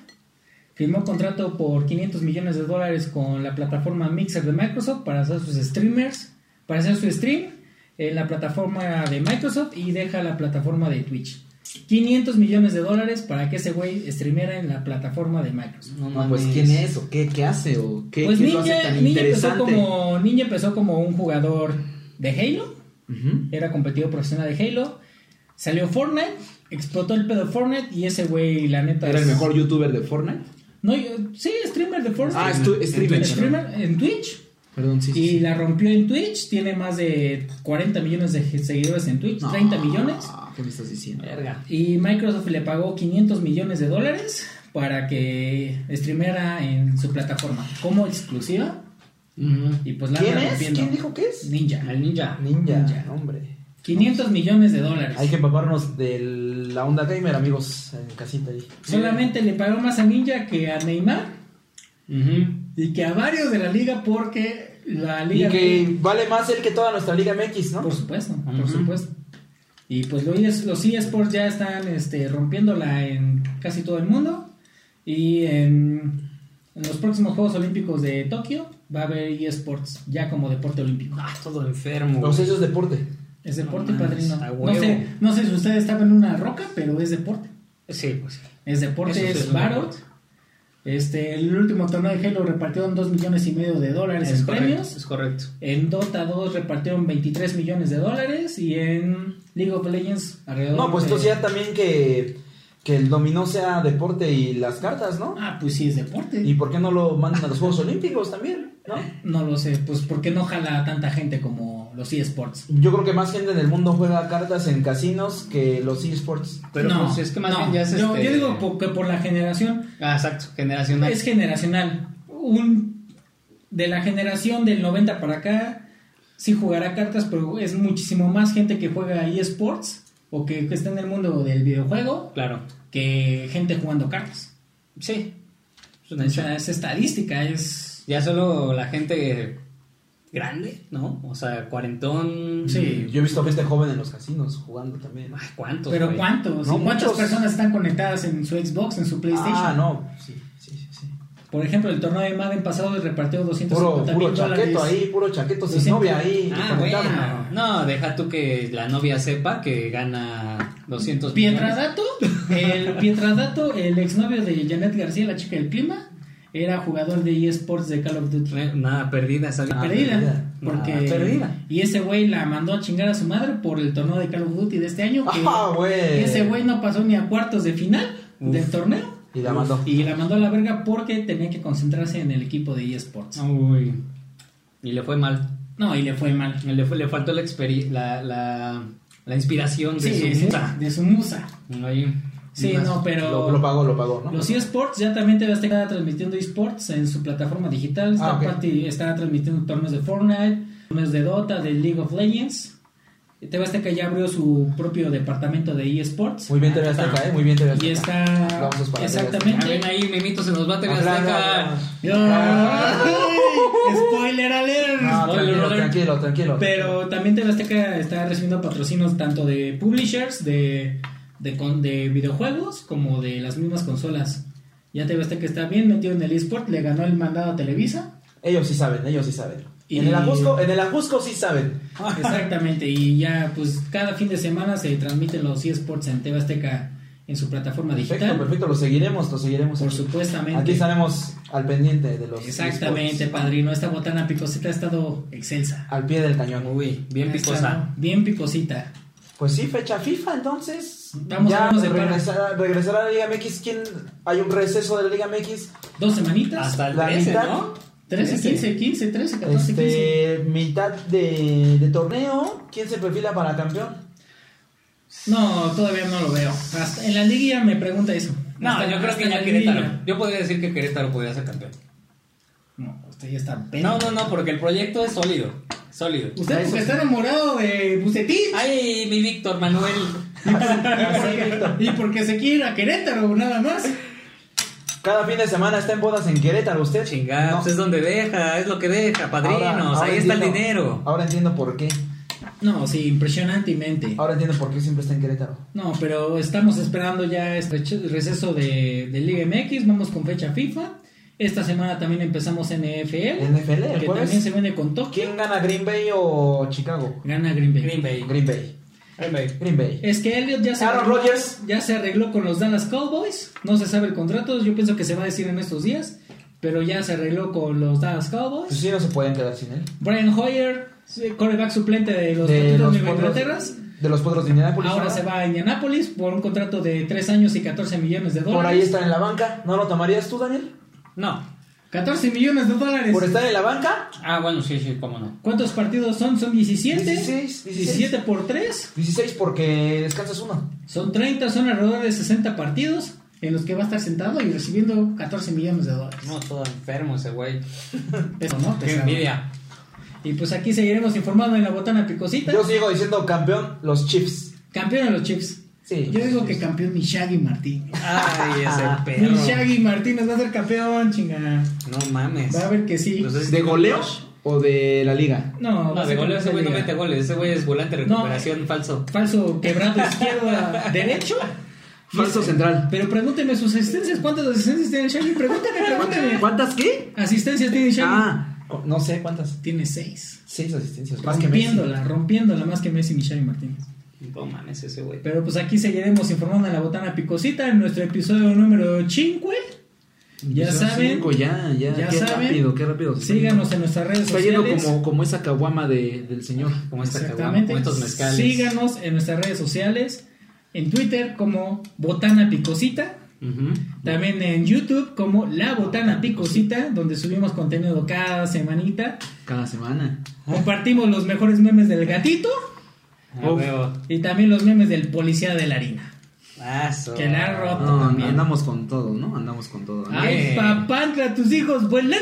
S3: firmó contrato por 500 millones de dólares con la plataforma Mixer de Microsoft para hacer sus streamers, para hacer su stream en la plataforma de Microsoft y deja la plataforma de Twitch. 500 millones de dólares para que ese güey streameara en la plataforma de Microsoft.
S5: No,
S4: No,
S5: mames.
S4: pues ¿quién es o qué, qué hace o qué,
S3: Pues
S4: qué lo hace
S3: Ninja,
S4: tan
S3: Ninja empezó
S4: interesante?
S3: como, Ninja empezó como un jugador de Halo,
S4: Ujú.
S3: era competidor profesional de Halo. Salió Fortnite, explotó el pedo Fortnite y ese güey, la neta.
S4: Era el
S3: es-
S4: mejor youtuber de Fortnite.
S3: No, yo- sí, streamer de Fortnite.
S4: Ah, estu-
S5: en
S4: streamer.
S5: Twitch.
S4: perdón.
S3: Streamer en Twitch.
S4: Perdón, sí. sí,
S3: Y
S4: sí.
S3: la rompió en Twitch. Tiene más de 40 millones de seguidores en Twitch,
S4: No,
S3: 30 millones.
S4: ¿Qué me estás diciendo?
S5: Verga.
S3: Y Microsoft le pagó 500 millones de dólares para que streameara en su plataforma como exclusiva. Y pues la
S4: ¿Quién
S3: anda
S4: es?
S3: rompiendo.
S4: ¿Quién dijo que es?
S3: Ninja.
S5: Al ninja.
S4: Ninja,
S3: Ninja.
S4: hombre.
S3: 500 millones de dólares.
S4: Hay que empaparnos de la onda gamer, amigos, en casita ahí.
S3: Solamente le pagó más a Ninja que a Neymar y que a varios de la liga porque la
S4: Y
S3: liga... Pues,
S4: que vale más él que toda nuestra Liga MX, ¿no?
S3: Por supuesto,
S5: Ujú.
S3: por supuesto. Y pues los ES los eSports ya están este, rompiéndola en casi todo el mundo. Y en, en los próximos Juegos Olímpicos de Tokio va a haber eSports ya como deporte olímpico.
S5: Ah, todo enfermo.
S4: Los hechos deporte.
S3: Es deporte,
S5: No mames,
S3: padrino.
S5: a
S3: No
S5: huevo.
S3: sé, no sé si usted estaba en una roca, pero es deporte.
S5: Sí, pues sí.
S3: Es
S5: Eso sí
S3: deporte,
S5: es
S3: es
S5: un
S3: varo.
S5: deporte.
S3: Este, el último torneo de Halo repartieron 2 millones y medio de dólares
S5: Es
S3: en
S5: correcto.
S3: premios.
S5: Es correcto.
S3: En Dota 2 repartieron 23 millones de dólares y en League of Legends alrededor
S4: No, pues
S3: de-
S4: entonces ya también que, que el dominó sea deporte y las cartas, ¿no?
S3: Ah, pues sí es deporte.
S4: ¿Y por qué no lo mandan a los Juegos Olímpicos también, no?
S3: No lo sé, pues porque no jala tanta gente como los eSports.
S4: Yo creo que más gente en el mundo juega cartas en casinos que los esports.
S5: Pero
S3: no,
S5: pues es que más
S3: no,
S5: bien ya es
S3: yo,
S5: este-
S3: yo digo po- que por la generación
S5: Ah, exacto. Generacional.
S3: es generacional. Un de la generación del 90 para acá sí jugará cartas, pero es muchísimo más gente que juega eSports o que, que está en el mundo del videojuego
S5: Claro.
S3: que gente jugando cartas.
S5: Sí. Es un
S3: O
S5: hecho.
S3: sea, es estadística, es
S5: Ya solo la gente grande, ¿no? O sea, cuarentón.
S3: Sí.
S4: Yo he visto a gente joven en los casinos jugando también.
S5: Ay, ¿cuántos?
S3: Pero
S5: güey? Ah,
S3: ¿cuántos?
S4: No,
S3: ¿Y ¿Cuántas
S4: muchos.
S3: personas están conectadas en su Xbox, en su PlayStation?
S4: Ah, no. Sí, sí, sí. sí.
S3: Por ejemplo, el torneo de Madden pasado repartió 250
S4: Puro,
S3: mil
S4: puro
S3: dólares.
S4: chaqueto ahí, puro chaqueto
S3: Lo
S4: sin
S3: siento.
S4: novia ahí.
S5: Ah,
S4: conectado.
S5: bueno. No, deja tú que la novia sepa que gana 200 millones.
S3: Pietradato, el Pietradato, el exnovio de Janet García, la chica del clima, era jugador de eSports de Call of Duty.
S5: Eh, Nada, perdida, ¿sabes?
S4: Ah,
S3: perdida,
S4: perdida.
S3: porque
S5: Ah, perdida.
S3: y ese güey la mandó a chingar a su madre por el torneo de Call of Duty de este año que
S4: Ah, güey.
S3: ese güey no pasó ni a cuartos de final
S5: Uf.
S3: del torneo
S4: Y la mandó.
S3: y la mandó a la verga porque tenía que concentrarse en el equipo de eSports.
S5: Uy. Y le fue mal.
S3: No, y le fue mal.
S5: Le, fue- le faltó la, experi- la, la, la inspiración de
S3: Sí,
S5: su
S3: sí,
S5: musa.
S3: de su musa.
S5: Ahí,
S3: Sí,
S5: más.
S3: no, pero
S4: Lo, lo pagó, lo pagó, ¿no?
S3: los eSports ya también te está transmitiendo eSports en su plataforma digital. Está,
S4: Ah, ok.
S3: parti- está transmitiendo torneos de Fortnite, torneos de Dota, de League of Legends. TV Azteca ya abrió su propio departamento de eSports.
S4: Muy bien, TV Azteca, ¿eh? Muy bien, TV Azteca.
S3: Ah, Y está.
S4: Aplausos para
S5: Ya ven
S3: Exactamente.
S5: ahí, Memito se nos va a tener
S4: Habla,
S5: Azteca.
S4: habla,
S3: ¡Ay! Spoiler alert.
S4: habla. No,
S5: Spoiler
S4: tranquilo,
S5: alert.
S4: tranquilo, tranquilo.
S3: Pero también TV Azteca está recibiendo patrocinios tanto de publishers, de, de, con- de videojuegos, como de las mismas consolas. Ya TV Azteca está bien metido en el eSport, le ganó el mandado a
S4: [LAUGHS]
S3: Televisa.
S4: Ellos sí saben, ellos sí saben.
S3: Y-
S4: En el Ajusco, en el Ajusco sí saben.
S3: Exactamente, y ya pues cada fin de semana se transmiten los eSports en TV Azteca en su plataforma
S4: Perfecto,
S3: digital.
S4: perfecto, lo seguiremos, lo seguiremos.
S3: Por
S4: aquí.
S3: supuestamente.
S4: Aquí estaremos al pendiente de los
S3: Exactamente,
S4: esports.
S3: padrino. Esta botana picosita ha estado excelsa.
S4: Al pie del cañón.
S5: Uy, bien
S3: Ha
S5: picosa.
S3: estado Bien picosita.
S4: Pues sí, fecha FIFA, entonces.
S3: Vamos a
S4: ya
S3: vernos de
S4: regresar, regresar a la Liga MX. ¿Quién? Hay un receso de la Liga MX.
S3: Dos semanitas.
S5: Hasta el
S4: La
S5: 13,
S4: mitad.
S5: ¿no?
S3: 13, 15, 15, 13, 14, 15.
S4: Este, mitad de, de torneo. ¿Quién se perfila
S3: [LAUGHS]
S4: para campeón?
S3: No, todavía no lo veo. Hasta- en la liguilla me pregunta eso.
S5: No,
S3: Hasta-
S5: yo creo
S3: hasta
S5: que
S3: en
S5: ya
S3: la liguilla.
S5: Querétaro. Yo podría decir que Querétaro podría ser campeón.
S3: No, usted ya está
S5: No, no, no, porque el proyecto es sólido. Sólido.
S3: Usted porque está enamorado de Bucetín.
S5: Ay, mi Víctor Manuel.
S3: [LAUGHS] y porque se quiere ir a Querétaro, nada más.
S4: Cada fin de semana está en bodas en Querétaro. Usted.
S5: Chingada,
S4: No.
S5: pues es donde deja, es lo que deja, padrinos.
S4: Ahora- ahora
S5: ahí está el
S4: entiendo-
S5: dinero.
S4: Ahora entiendo por qué.
S3: No, sí, impresionantemente.
S4: Ahora entiendo por qué siempre está en Querétaro.
S3: No, pero estamos esperando ya este ch- receso de, de Liga MX. Vamos con fecha FIFA. Esta semana también empezamos NFL.
S4: NFL, el
S3: que
S4: jueves.
S3: también se viene con Tokio.
S4: ¿Quién gana, Green Bay o Chicago?
S3: Gana Green Bay.
S5: Green Bay.
S4: Green Bay.
S5: Green Bay.
S4: Green Bay.
S3: Es que Elliot ya se,
S4: Aaron
S3: arregló,
S4: Rodgers.
S3: ya se arregló con los Dallas Cowboys. No se sabe el contrato. Yo pienso que se va a decir en estos días. Pero ya se arregló con los Dallas
S4: Pues
S3: Cowboys.
S4: sí, no se pueden quedar sin él.
S3: Brian Hoyer, sí, coreback suplente de los
S4: de,
S3: Patriotas
S4: los
S3: de Nueva
S4: potros,
S3: Inglaterra.
S4: de los potros de Indianapolis.
S3: Ahora se va a Indianapolis por un contrato de 3 años y 14 millones de
S4: Por ahí
S3: dólares.
S4: está en la banca. ¿No lo tomarías tú, Daniel?
S5: No.
S3: 14 millones de dólares.
S4: Por estar en la banca.
S5: Ah, bueno, sí, sí, cómo no.
S3: ¿Cuántos partidos son? Son 17.
S4: 16, 16.
S3: 17 por 3.
S4: 16 porque descansas uno.
S3: Son 30, son alrededor de 60 partidos. en los que va a estar sentado y recibiendo 14 millones de dólares.
S5: No, todo enfermo ese güey.
S3: Eso, ¿no?
S5: Qué
S3: Pesado.
S5: envidia.
S3: Y pues aquí seguiremos informando en la botana picosita.
S4: Yo sigo diciendo campeón los Chiefs.
S3: Campeón de los Chiefs.
S4: Sí.
S3: Yo digo que campeón Mishagi Martínez.
S5: Ay, ese perro. [LAUGHS]
S3: Mishagi Martínez va a ser campeón, chingada.
S5: No mames.
S3: Va a ver que sí.
S5: Pues es-
S4: ¿De goleos o de la liga?
S3: No, va
S5: No,
S3: a
S5: de
S3: ser
S5: goleo ese güey no
S3: campeón de
S5: mete
S3: liga.
S5: goles. Ese güey es volante de
S3: No.
S5: recuperación falso. [LAUGHS]
S3: Falso quebrado izquierdo a derecho.
S4: Falso central.
S3: Pero pregúnteme sus asistencias. ¿Cuántas asistencias tiene Shaggy? Pregúnteme, pregúnteme.
S4: ¿Cuántas qué?
S3: ¿Asistencias tiene Shaggy?
S4: Ah, no sé cuántas.
S3: Tiene seis.
S4: Seis asistencias. Más que Messi.
S3: Rompiéndola, rompiéndola más que Messi y Shaggy Martínez.
S5: No mames ese güey.
S3: Pero pues aquí seguiremos informando en la botana picosita en nuestro episodio número 5. Ya
S4: Son
S3: saben.
S4: cinco, ya, ya.
S3: Ya
S4: qué
S3: saben.
S4: rápido, qué rápido. se
S3: Síganos en nuestras redes
S4: Está yendo
S3: sociales.
S4: como, como esa caguama de, del señor.
S5: Como esta caguama,
S3: Exactamente.
S5: como estos mezcales.
S3: Síganos en nuestras redes sociales. En Twitter como Botana Picosita.
S5: Ujú.
S3: También en YouTube como La Botana Picosita, donde subimos contenido cada semanita.
S4: Cada semana.
S3: Compartimos los mejores memes del gatito
S5: Ah,
S4: Uf.
S5: huevo.
S3: y también los memes del policía de la harina.
S5: Ah, so-
S3: Que la roto.
S4: No,
S3: también. Ah,
S4: andamos con todo, ¿no? Andamos con todo. ¿no?
S3: ¡Ay,
S5: Bien.
S3: papantla, tus hijos vuelan!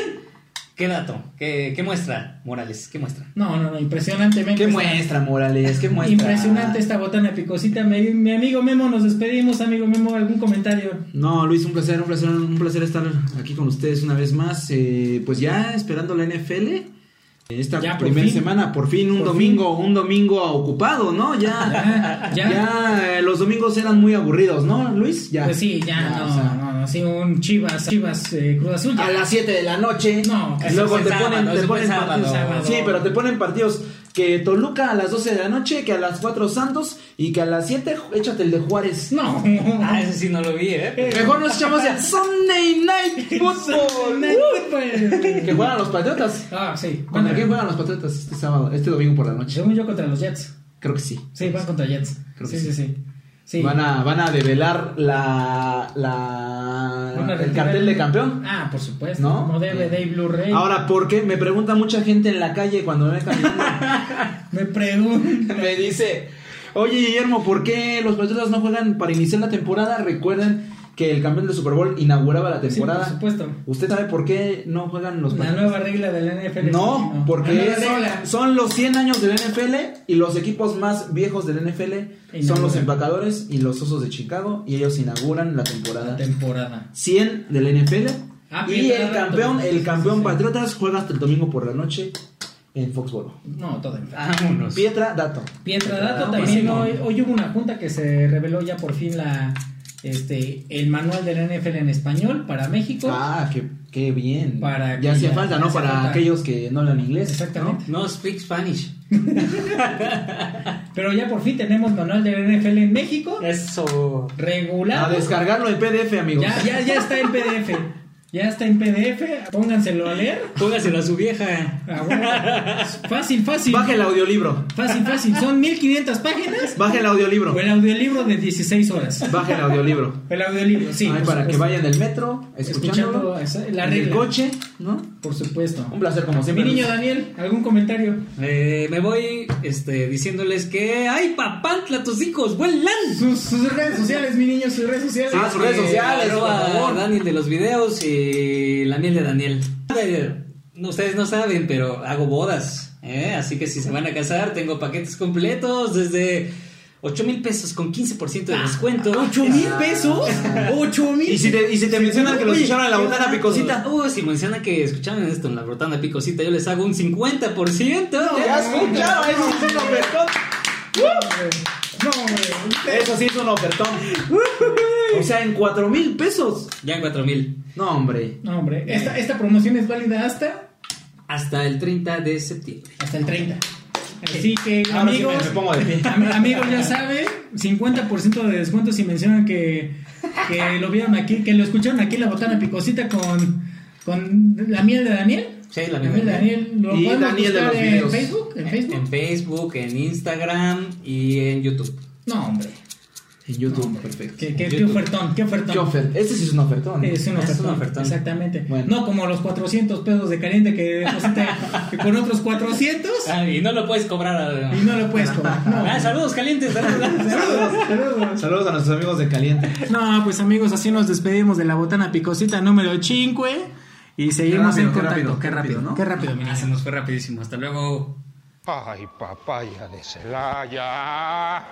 S5: ¿Qué dato? ¿Qué, qué muestra, Morales? ¿Qué muestra?
S3: No, no, no, impresionantemente.
S4: ¿Qué
S3: está-
S4: muestra, Morales? ¿Qué muestra?
S3: pues, Impresionante esta botana picosita. Mi, mi amigo Memo, nos despedimos, amigo Memo. ¿Algún comentario?
S4: No, Luis, un placer, un placer, un placer estar aquí con ustedes una vez más. Eh, pues ya esperando la NFL. eh, Esta
S3: Ya, por
S4: primera
S3: fin.
S4: semana, por fin, un
S3: Por
S4: domingo, un domingo ocupado, ¿no? Ya,
S3: Ya, [LAUGHS]
S4: ya,
S3: ya.
S4: eh, los domingos eran muy aburridos, ¿no, Luis? Ya.
S3: Pues sí, ya, no,
S4: o sea,
S3: no, no, sí, un Chivas, Chivas eh, Cruz Azul. ya.
S4: A las 7 de la noche.
S3: No,
S4: Y
S5: eso
S4: luego
S5: fue
S4: te
S5: sábado,
S4: ponen, te
S5: eso fue
S4: ponen
S5: sábado.
S4: partidos.
S3: Sábado.
S4: Sí, pero te ponen partidos que Toluca a las 12 de la noche, que a las 4 Santos y que a las 7 échate el de
S3: [LAUGHS]
S4: Juárez. [LAUGHS]
S3: No,
S5: Ah, ese sí no lo vi, ¿eh?
S4: Mejor nos echamos ya Sunday
S5: [LAUGHS]
S4: Night Football. Uh,
S3: Fútbol.
S4: que juegan los Patriotas.
S3: pues. Ah, sí.
S4: ¿Contra
S3: Contra-
S4: quién juegan los Patriotas este sábado, este domingo por la noche?
S3: Según yo contra los Jets.
S4: Creo que sí.
S3: Sí, van contra Jets.
S4: Creo
S3: sí,
S4: que
S3: sí,
S4: sí.
S3: sí. Sí.
S4: Van a, van a develar la, la
S3: Van a
S4: el
S3: retirar-
S4: cartel de campeón.
S3: Ah, por supuesto.
S4: ¿No?
S3: Como DVD y Blu-ray.
S4: Ahora, ¿por qué? Me pregunta mucha gente en la calle cuando me ven caminando.
S3: me pregunto.
S4: me dice, oye Guillermo, ¿por qué los Patriotas no juegan para iniciar la temporada? Recuerden que el campeón del Super Bowl inauguraba la temporada.
S3: Sí, por supuesto.
S4: ¿Usted sabe por qué no juegan los
S3: La
S4: Patriotas?
S3: nueva regla de la NFL.
S4: No, porque
S3: La nueva regla.
S4: son, son los 100 años del NFL y los equipos más viejos del NFL son los
S3: Inauguran.
S4: empacadores y los osos de Chicago y ellos inauguran la temporada.
S3: La temporada.
S4: 100 del NFL
S3: Ah,
S4: y
S3: bien,
S4: el
S3: claro.
S4: campeón,
S3: Sí,
S4: el
S3: sí,
S4: campeón
S3: sí.
S4: Patriotas juega hasta el domingo por la noche en Foxboro.
S3: No, todo en
S5: Vámonos.
S4: Pietra, dato.
S3: Pietra
S5: Ah,
S3: Dato
S5: pues
S3: también
S5: sí, no.
S3: hoy, hoy hubo una junta que se reveló ya por fin la este el manual de la NFL en español para México.
S4: Ah, qué, qué bien.
S3: Para que
S4: ya hacía
S3: ya-
S4: falta,
S3: ya
S4: ¿no?
S3: hacía
S4: Para
S3: falta.
S4: aquellos que no hablan inglés.
S3: Exactamente.
S5: No speak Spanish.
S3: Pero ya por fin tenemos manual de la NFL en México
S5: Eso.
S4: ¿no? A
S3: regulado.
S4: descargarlo en PDF, amigos.
S3: Ya, ya, ya está en PDF. Ya está en PDF. Pónganselo a leer.
S5: Póngaselo a su vieja.
S3: Ah, bueno. Fácil, fácil.
S4: Baje el audiolibro.
S3: Fácil, fácil. Son 1500 páginas.
S4: Baje el audiolibro.
S3: O el audiolibro de 16 horas.
S4: Baje el audiolibro.
S3: El audiolibro, sí.
S4: Ay,
S3: por
S4: para que
S3: supuesto.
S4: vaya en el metro, escuchando
S3: Escuchando esa- la
S4: en el
S3: regla.
S4: coche, ¿no?
S3: Por supuesto.
S4: Un placer como
S3: Mi
S4: siempre.
S3: niño
S4: Luis.
S3: Daniel, ¿algún comentario?
S5: Eh, me voy este, diciéndoles que. ¡Ay, papantla, tus hijos! ¡Vuelan!
S3: Sus, sus redes sociales, mi niño, sus redes sociales.
S4: Ah, sus redes
S5: Eh,
S4: sociales,
S5: arroba
S4: por favor.
S5: Daniel de los videos y la miel de Daniel. No, Ustedes no saben, pero hago bodas. ¿eh? Así que si se van a casar, tengo paquetes completos desde 8 mil pesos con 15% de descuento.
S4: Ah,
S5: Ah.
S3: ¿Ocho mil
S5: [LAUGHS]
S3: pesos? Eh, ¿Ocho mil?
S4: Y si te, y si te mencionan que los
S3: Oye,
S4: echaron en la
S3: qué
S4: botana
S3: dato.
S4: picosita.
S5: Uh, si menciona que escucharon esto en la brotana picosita, yo les hago un 50%.
S4: Ya
S5: Ya escucha.
S4: escucharon, eso sí es un ofertón.
S3: No, hombre.
S4: Eso sí es un ofertón. O sea, en cuatro mil pesos.
S5: Ya en 4 mil.
S4: No, hombre.
S3: No, hombre. Esta, esta promoción es válida hasta,
S5: Hasta el 30 de septiembre.
S3: hasta el 30. Así que,
S4: Ahora Ah, sí me-
S3: amigos,
S4: me pongo de pie.
S3: am- amigos, ya saben, 50% de descuento si mencionan que, que lo vieron aquí, que lo escucharon aquí en la botana picosita con, con la miel de Daniel.
S5: Sí, la
S3: La
S5: miel
S3: miel de Daniel, lo
S4: Y
S3: podemos
S4: Daniel de
S3: buscar
S4: los
S3: en
S4: videos. Eh,
S3: Facebook, en Facebook.
S5: En Facebook, en Instagram y en YouTube.
S3: No, hombre.
S4: en YouTube.
S3: No,
S4: perfecto.
S3: ¿Qué, qué, qué
S5: YouTube.
S3: ofertón? ¿Qué ofertón?
S4: ¿Qué oferta? Este sí es un ofertón. ¿eh?
S3: Es un
S5: Es
S3: ofertón,
S5: un ofertón.
S3: exactamente.
S4: Bueno.
S3: No como los 400 pesos de caliente que deposita que [LAUGHS] con otros 400
S5: Ah, y no lo puedes cobrar. ah,
S3: y no lo puedes cobrar. No.
S5: ah, saludos calientes. saludos.
S4: Saludos a nuestros amigos de Caliente.
S3: [LAUGHS] No, pues amigos, así nos despedimos de la botana picosita número 5 y seguimos
S6: Qué rápido,
S3: en
S6: qué
S3: contacto.
S6: rápido, qué rápido, ¿no?
S3: Qué rápido,
S5: Ah,
S3: mira.
S5: se nos fue rapidísimo. Hasta luego.
S2: Ay, papaya de Celaya.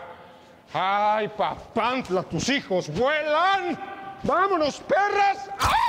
S2: Ay, papantla, tus hijos vuelan. Vámonos, perras. ¡Ah!